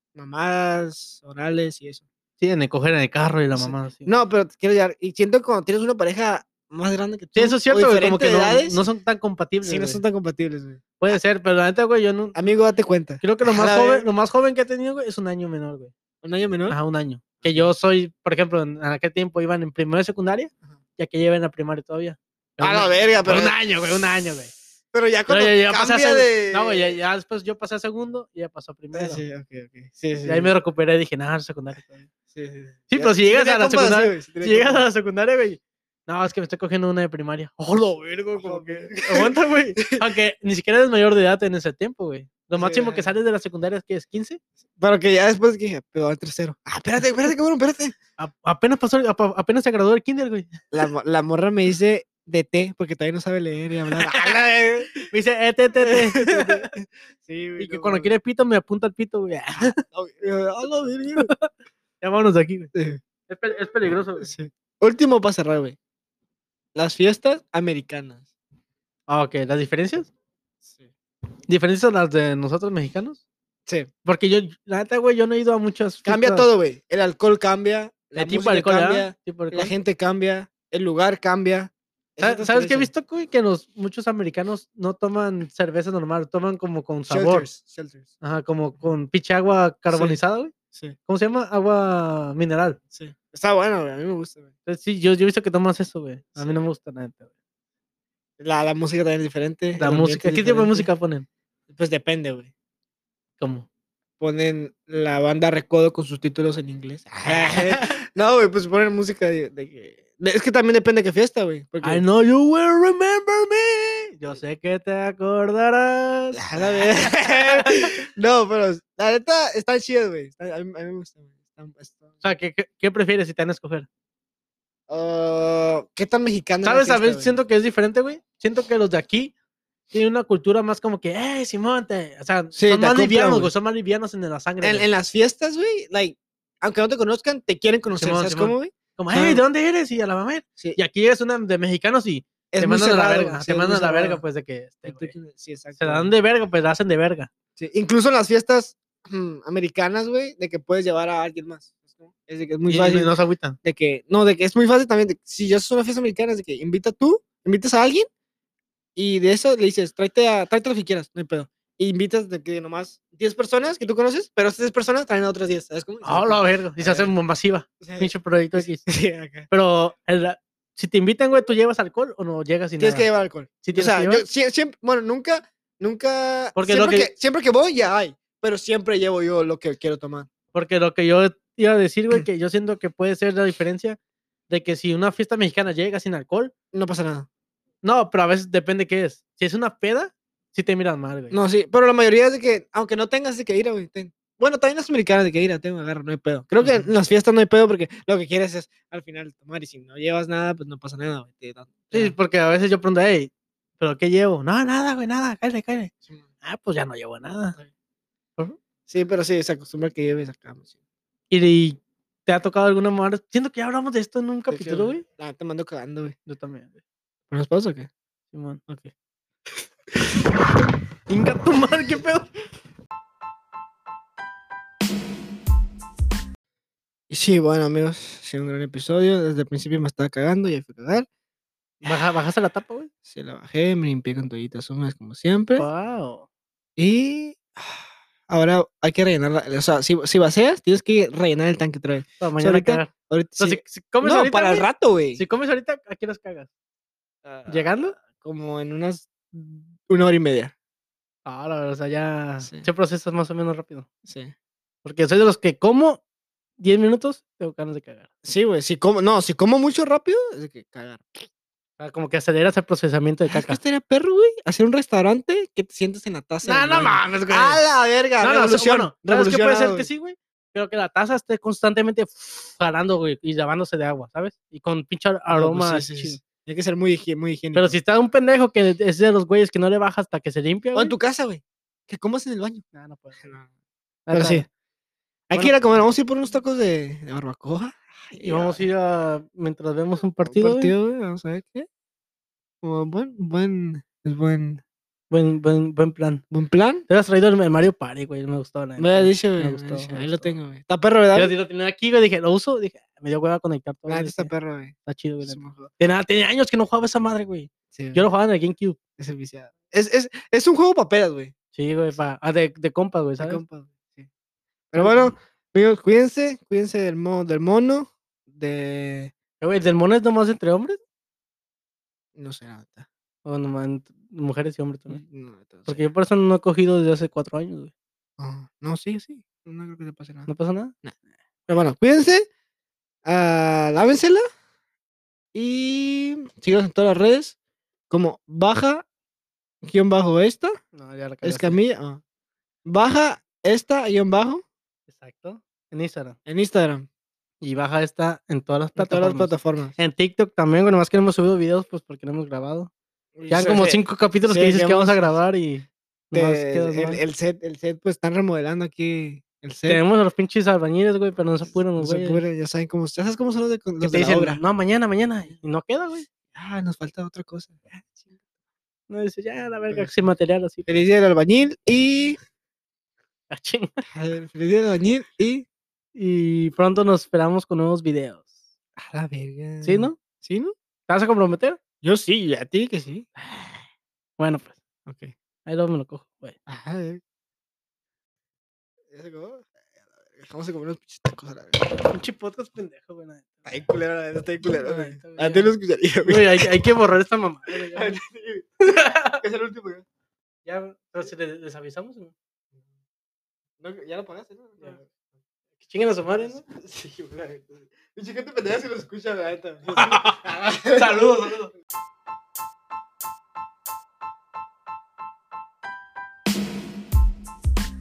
Speaker 1: mamadas, orales y eso.
Speaker 2: Sí, en el coger en el carro y la
Speaker 1: Sí.
Speaker 2: mamá. Sí.
Speaker 1: No, pero te quiero llegar, y siento que cuando tienes una pareja más grande que tú,
Speaker 2: sí, eso es cierto,
Speaker 1: o
Speaker 2: güey. Como
Speaker 1: diferente
Speaker 2: que
Speaker 1: de
Speaker 2: no,
Speaker 1: edades,
Speaker 2: no son tan compatibles.
Speaker 1: sí, no
Speaker 2: güey.
Speaker 1: son tan compatibles, güey.
Speaker 2: Puede ser, pero la neta, güey, yo no.
Speaker 1: Amigo, date cuenta.
Speaker 2: Creo que lo
Speaker 1: a
Speaker 2: más,
Speaker 1: la
Speaker 2: joven,
Speaker 1: verga.
Speaker 2: lo más joven que he tenido, güey, es un año menor, güey.
Speaker 1: ¿Un año menor?
Speaker 2: Ajá, un año. Que yo soy, por ejemplo, en en aquel tiempo iban en primero de secundaria,
Speaker 1: Ajá.
Speaker 2: ya que llevan en la primaria todavía. Pero
Speaker 1: A
Speaker 2: un-
Speaker 1: la verga,
Speaker 2: pero
Speaker 1: pero...
Speaker 2: un año, güey, un año, güey.
Speaker 1: Pero ya
Speaker 2: Pero
Speaker 1: cuando
Speaker 2: ya, ya pasé a
Speaker 1: cambia
Speaker 2: seg-
Speaker 1: de...
Speaker 2: No, güey, ya, ya después yo pasé a segundo y ya pasó a primero.
Speaker 1: Ah, sí, ok, ok. Sí, sí,
Speaker 2: Y ahí
Speaker 1: sí.
Speaker 2: me recuperé y dije, nada, secundaria. todavía".
Speaker 1: Sí, sí, sí.
Speaker 2: Sí,
Speaker 1: Ya-
Speaker 2: pero si llegas
Speaker 1: tenía
Speaker 2: a la
Speaker 1: compas así,
Speaker 2: secundaria-
Speaker 1: güey, sí tenía
Speaker 2: Si llegas a
Speaker 1: compas.
Speaker 2: la secundaria, güey. No, es que me estoy cogiendo una de primaria. ¡Hola, vergo! Como
Speaker 1: Ojo,
Speaker 2: que.
Speaker 1: güey.
Speaker 2: Aguanta, güey. Aunque ni siquiera eres mayor de edad en ese tiempo, güey. Lo
Speaker 1: Sí, eh.
Speaker 2: máximo que
Speaker 1: ajá.
Speaker 2: sales de la secundaria es que es 15.
Speaker 1: Pero que ya después que dije, pero al tercero. Ah, espérate, espérate, cabrón, espérate.
Speaker 2: A- apenas pasó, el- apa- apenas se graduó el kinder, güey.
Speaker 1: La, mo- la morra me dice de té porque todavía no sabe leer y hablar. A la verga.
Speaker 2: Me dice, eh, te, te, te.
Speaker 1: sí, güey.
Speaker 2: Y que
Speaker 1: no
Speaker 2: cuando
Speaker 1: mames.
Speaker 2: quiere pito me apunta el pito, güey.
Speaker 1: No, güey, eh, a la verga.
Speaker 2: Ya vámonos de aquí, güey.
Speaker 1: Sí,
Speaker 2: Es, pe- es peligroso, güey.
Speaker 1: sí. Último para cerrar, güey. Las fiestas americanas.
Speaker 2: Ah, ok. ¿Las diferencias?
Speaker 1: Sí.
Speaker 2: ¿Diferencias las de nosotros mexicanos?
Speaker 1: Sí.
Speaker 2: Porque yo, la neta, güey, yo no he ido a muchas.
Speaker 1: Cambia
Speaker 2: fiestas.
Speaker 1: todo, güey. El alcohol cambia, la
Speaker 2: El tipo
Speaker 1: música
Speaker 2: de alcohol, ¿verdad?
Speaker 1: cambia,
Speaker 2: Tipo de
Speaker 1: la
Speaker 2: alcohol.
Speaker 1: gente cambia, el lugar cambia. Esa es
Speaker 2: ¿Sabes,
Speaker 1: la
Speaker 2: ¿sabes qué he
Speaker 1: diferencia.
Speaker 2: visto, güey? Que los, muchos americanos no toman cerveza normal, toman como con sabor.
Speaker 1: Shelters, shelters.
Speaker 2: Ajá, como con pinche agua carbonizada, güey.
Speaker 1: Sí,
Speaker 2: ¿Cómo se llama? Agua mineral.
Speaker 1: sí. Está bueno, güey. A mí me gusta, güey.
Speaker 2: Entonces, sí, yo, yo he visto que tomas eso, güey. A mí
Speaker 1: Sí.
Speaker 2: no me gusta nada.
Speaker 1: La, la música también es diferente.
Speaker 2: La
Speaker 1: el ambiente
Speaker 2: música.
Speaker 1: es
Speaker 2: ¿Qué tipo de
Speaker 1: diferente.
Speaker 2: música ponen?
Speaker 1: Pues depende, güey.
Speaker 2: ¿Cómo?
Speaker 1: ponen la banda Recodo con sus títulos en inglés. no, güey, pues ponen música de, de que... de- es que también depende de qué fiesta, güey. Porque...
Speaker 2: I know you will remember me. Yo sé que te acordarás.
Speaker 1: A la ver- no, pero la neta están chidas, güey. Están- A mí, a mí me gustan, güey. Están- están-
Speaker 2: O sea, ¿qué, qué, qué prefieres si te van a escoger?
Speaker 1: Ah, ¿Qué tan mexicana? es la
Speaker 2: ¿Sabes? A
Speaker 1: fiesta,
Speaker 2: ver,
Speaker 1: güey?
Speaker 2: siento que es diferente, güey. Siento que los de aquí tienen una cultura más como que, ¡eh, Simón! te-", O sea,
Speaker 1: Sí,
Speaker 2: son
Speaker 1: te
Speaker 2: más
Speaker 1: acoplan,
Speaker 2: livianos, güey.
Speaker 1: güey.
Speaker 2: Son más livianos en la sangre.
Speaker 1: En,
Speaker 2: güey.
Speaker 1: en las fiestas, güey, like, aunque no te conozcan, te quieren conocer,
Speaker 2: Simón,
Speaker 1: ¿sabes
Speaker 2: Simón.
Speaker 1: cómo, güey?
Speaker 2: Como,
Speaker 1: son-
Speaker 2: ¡hey, ¿de dónde eres? Y a la mamá.
Speaker 1: Sí,
Speaker 2: Y aquí es una de mexicanos y
Speaker 1: es
Speaker 2: te
Speaker 1: muy
Speaker 2: mandan a la
Speaker 1: cerrado,
Speaker 2: verga.
Speaker 1: güey, sí,
Speaker 2: te
Speaker 1: es muy
Speaker 2: mandan a la verga,
Speaker 1: cerrado.
Speaker 2: pues de que. este,
Speaker 1: Sí, tú
Speaker 2: güey,
Speaker 1: tienes- Sí, exacto.
Speaker 2: se la
Speaker 1: güey.
Speaker 2: dan de verga, pues la hacen de verga.
Speaker 1: Sí, incluso en las fiestas mm, americanas, güey, de que puedes llevar a alguien más. ¿sabes cómo? Es de que es muy
Speaker 2: Y- y
Speaker 1: fácil.
Speaker 2: no se agüitan.
Speaker 1: De que, no, de que es muy fácil también. de que si ya es una fiesta americana, es de que invita tú, invitas a alguien y de eso le dices, tráete, a, tráete lo que quieras, no hay pedo. Y invitas de que nomás 10 personas que tú conoces, pero esas 10 personas traen a otras 10, ¿sabes cómo? Y se
Speaker 2: ¡Oh, la
Speaker 1: acaba.
Speaker 2: verga! Y se
Speaker 1: Eh.
Speaker 2: hacen masiva.
Speaker 1: O sea,
Speaker 2: Pinche proyecto X.
Speaker 1: sí, acá.
Speaker 2: Pero el- si te invitan, güey, ¿tú llevas alcohol o no llegas sin
Speaker 1: Tienes que
Speaker 2: nada?
Speaker 1: llevar alcohol.
Speaker 2: Sí
Speaker 1: O
Speaker 2: tienes
Speaker 1: sea,
Speaker 2: que
Speaker 1: yo
Speaker 2: llevar.
Speaker 1: sie- siempre, bueno, nunca, nunca,
Speaker 2: Porque lo
Speaker 1: siempre,
Speaker 2: que-
Speaker 1: que... siempre que voy ya hay, pero siempre llevo yo lo que quiero tomar.
Speaker 2: Porque lo que yo iba a decir, güey, que yo siento que puede ser la diferencia de que si una fiesta mexicana llega sin alcohol,
Speaker 1: No pasa nada.
Speaker 2: no, pero a veces depende qué es. Si es una peda, sí te miran mal, güey.
Speaker 1: No, sí, pero la mayoría es de que, aunque no tengas de que ir, güey, ten- Bueno, también las americanas de que ir, tengo agarro, no hay pedo. Creo que
Speaker 2: Ujú.
Speaker 1: en las fiestas no hay pedo porque lo que quieres es al final tomar y si no llevas nada, pues no pasa nada, güey. te dan- te
Speaker 2: Sí,
Speaker 1: dan-
Speaker 2: porque a veces yo pregunto, hey, ¿pero qué llevo? No, nada, güey, nada, cállate, cállate.
Speaker 1: sí,
Speaker 2: Ah, pues ya no llevo nada.
Speaker 1: Sí, pero sí, se acostumbra que lleves acá. güey, sí.
Speaker 2: ¿Y, y te ha tocado alguna manera? Siento que ya hablamos de esto en un
Speaker 1: De que,
Speaker 2: capítulo, güey.
Speaker 1: La Ah, te mando cagando, güey.
Speaker 2: Yo también, güey.
Speaker 1: ¿Pones pausa o qué?
Speaker 2: Simón.
Speaker 1: Ok.
Speaker 2: Inga tu madre, qué pedo.
Speaker 1: Y Sí, bueno, amigos, ha sido un gran episodio. Desde el principio me estaba cagando, ya fui a cagar.
Speaker 2: Baja- ¿Bajaste la tapa, güey?
Speaker 1: Se la bajé, me limpié con toallitas húmedas como siempre.
Speaker 2: Wow.
Speaker 1: Y ahora hay que rellenar, la- o sea, si, si vacías, tienes que rellenar el tanque otra vez.
Speaker 2: No, mañana
Speaker 1: ahorita-
Speaker 2: cagar.
Speaker 1: Ahorita,
Speaker 2: O sea,
Speaker 1: sí-
Speaker 2: si, si comes
Speaker 1: No,
Speaker 2: ahorita,
Speaker 1: para el
Speaker 2: güey,
Speaker 1: rato, güey.
Speaker 2: Si comes ahorita, ¿a qué las cagas?
Speaker 1: Ah,
Speaker 2: ¿Llegando?
Speaker 1: Como en unas una hora y media.
Speaker 2: Ah, la verdad, o sea, ya
Speaker 1: Sí.
Speaker 2: se procesas más o menos rápido.
Speaker 1: Sí.
Speaker 2: Porque soy de los que como 10 minutos, tengo ganas de cagar.
Speaker 1: Sí, güey. Si como, no, si como mucho rápido, es de que cagar.
Speaker 2: O sea, como que aceleras el procesamiento de
Speaker 1: ¿Sabes qué
Speaker 2: caca.
Speaker 1: estaría perro, güey? Hacer un restaurante que te sientes en la taza.
Speaker 2: No,
Speaker 1: del
Speaker 2: no
Speaker 1: baño.
Speaker 2: mames, güey.
Speaker 1: ¡A Ah, la verga!
Speaker 2: No, no, o sea,
Speaker 1: revolución.
Speaker 2: bueno, ¿sabes qué puede
Speaker 1: revolucionado,
Speaker 2: ser que
Speaker 1: güey.
Speaker 2: sí, güey? Pero que la taza esté constantemente jalando, güey, y lavándose de agua, ¿sabes? Y con pinche ar-
Speaker 1: No, pues
Speaker 2: aroma.
Speaker 1: sí, sí,
Speaker 2: chido.
Speaker 1: sí. Tiene que ser muy, higie- muy higiénico.
Speaker 2: Pero si está un pendejo que es de los güeyes que no le baja hasta que se limpia,
Speaker 1: O
Speaker 2: güey.
Speaker 1: en tu casa, güey. Que comas en el baño.
Speaker 2: No, no puede.
Speaker 1: Pero
Speaker 2: Neta,
Speaker 1: sí. Hay que
Speaker 2: Bueno.
Speaker 1: ir a comer. Vamos a ir por unos tacos de, de barbacoa.
Speaker 2: Y vamos a ir a. Mientras vemos un
Speaker 1: partido.
Speaker 2: partido. güey,
Speaker 1: güey, Vamos a ver qué. Como buen, buen, es buen,
Speaker 2: Buen, buen, buen plan.
Speaker 1: buen plan.
Speaker 2: Te has traído el el Mario Party, güey. Me gustó, la
Speaker 1: Me ha
Speaker 2: neta.
Speaker 1: dicho,
Speaker 2: me
Speaker 1: güey. me ha
Speaker 2: gustó,
Speaker 1: dicho,
Speaker 2: me
Speaker 1: Ahí lo
Speaker 2: gustó.
Speaker 1: tengo, güey. Está perro, ¿verdad?
Speaker 2: Yo
Speaker 1: güey?
Speaker 2: sí lo tenía aquí, güey. Dije, lo uso. Dije, "Ah, me dio hueva conectar todo.
Speaker 1: Ah,
Speaker 2: güey",
Speaker 1: está
Speaker 2: dije,
Speaker 1: perro, güey.
Speaker 2: está chido, güey. la
Speaker 1: Es
Speaker 2: neta".
Speaker 1: un juego-
Speaker 2: De nada, tenía años que no jugaba esa madre, güey.
Speaker 1: sí, güey,
Speaker 2: Yo lo jugaba en el GameCube.
Speaker 1: Es el viciado. Es, es, es un juego para pedas, güey.
Speaker 2: Sí, güey, pa- ah, de, de compas, güey,
Speaker 1: de
Speaker 2: ¿sabes?
Speaker 1: compas, güey, sí. Pero bueno, amigos, cuídense. Cuídense del, mo- del mono. De.
Speaker 2: Eh, güey, ¿Del mono es nomás entre hombres?
Speaker 1: No sé, la neta.
Speaker 2: O nomás entre mujeres y hombres también.
Speaker 1: No, la neta, no sé.
Speaker 2: Porque yo por eso no he cogido desde hace cuatro años, güey.
Speaker 1: Ah, No, sí, sí. No creo que te pase nada.
Speaker 2: ¿No pasa nada?
Speaker 1: Pero bueno, cuídense. ah, lávensela. Y síganos en todas las redes. Como baja, guión bajo esta.
Speaker 2: No, ya la
Speaker 1: Es
Speaker 2: cagaste.
Speaker 1: Camilla. ah, Baja esta, guión bajo.
Speaker 2: Exacto. En Instagram.
Speaker 1: En Instagram.
Speaker 2: Y baja esta en todas las
Speaker 1: En todas las
Speaker 2: plataformas.
Speaker 1: plataformas.
Speaker 2: En TikTok también, güey, nomás que no hemos subido videos, pues porque no hemos grabado. Ya han como
Speaker 1: Sí,
Speaker 2: cinco capítulos
Speaker 1: sí,
Speaker 2: que dices que vamos a
Speaker 1: llevamos-
Speaker 2: grabar y.
Speaker 1: te-
Speaker 2: nomás quedas
Speaker 1: el,
Speaker 2: mal.
Speaker 1: el set, el set, pues están remodelando aquí. El set.
Speaker 2: Tenemos a los pinches albañiles, güey, pero no se apuran
Speaker 1: no
Speaker 2: los
Speaker 1: se
Speaker 2: güeyes.
Speaker 1: apure, ya saben cómo, ya sabes cómo son los de, con-
Speaker 2: Que
Speaker 1: los
Speaker 2: te
Speaker 1: de la
Speaker 2: dicen,
Speaker 1: obra.
Speaker 2: no, mañana, mañana. Y no queda, güey.
Speaker 1: Ah, nos falta otra cosa. Ah, chinga.
Speaker 2: No dices, ya, la verga,
Speaker 1: Pues-
Speaker 2: sin material así.
Speaker 1: Feliz día del albañil y.
Speaker 2: la chingada.
Speaker 1: a ver, Feliz día del albañil y.
Speaker 2: Y pronto nos esperamos con nuevos videos.
Speaker 1: A la verga.
Speaker 2: ¿Sí, no?
Speaker 1: ¿Sí, no?
Speaker 2: ¿Te vas a comprometer?
Speaker 1: Yo sí, a ti que sí. Ah,
Speaker 2: Bueno, pues,
Speaker 1: Ok.
Speaker 2: ahí luego me lo cojo. güey.
Speaker 1: Ajá, eh. ¿Ya se acabó? Ay, a la verga, Vamos a comer unos pinches tacos a la verga.
Speaker 2: Pinche podcast pendejo, güey. la neta.
Speaker 1: Está bien culero, la neta, está bien culero,
Speaker 2: Ay,
Speaker 1: güey.
Speaker 2: está
Speaker 1: A ti
Speaker 2: bien.
Speaker 1: lo escucharía, güey.
Speaker 2: Güey, hay, hay que borrar esta mamada. güey, ya, güey.
Speaker 1: Es el último, güey.
Speaker 2: Ya, güey. pero si le- les avisamos, ¿no?
Speaker 1: No, ya lo pagaste, ¿no?
Speaker 2: Ya. Que chinguen a su madre, ¿no?
Speaker 1: Sí, güey. Pinche gente pendeja si lo escucha, la neta.
Speaker 2: Saludos, saludos.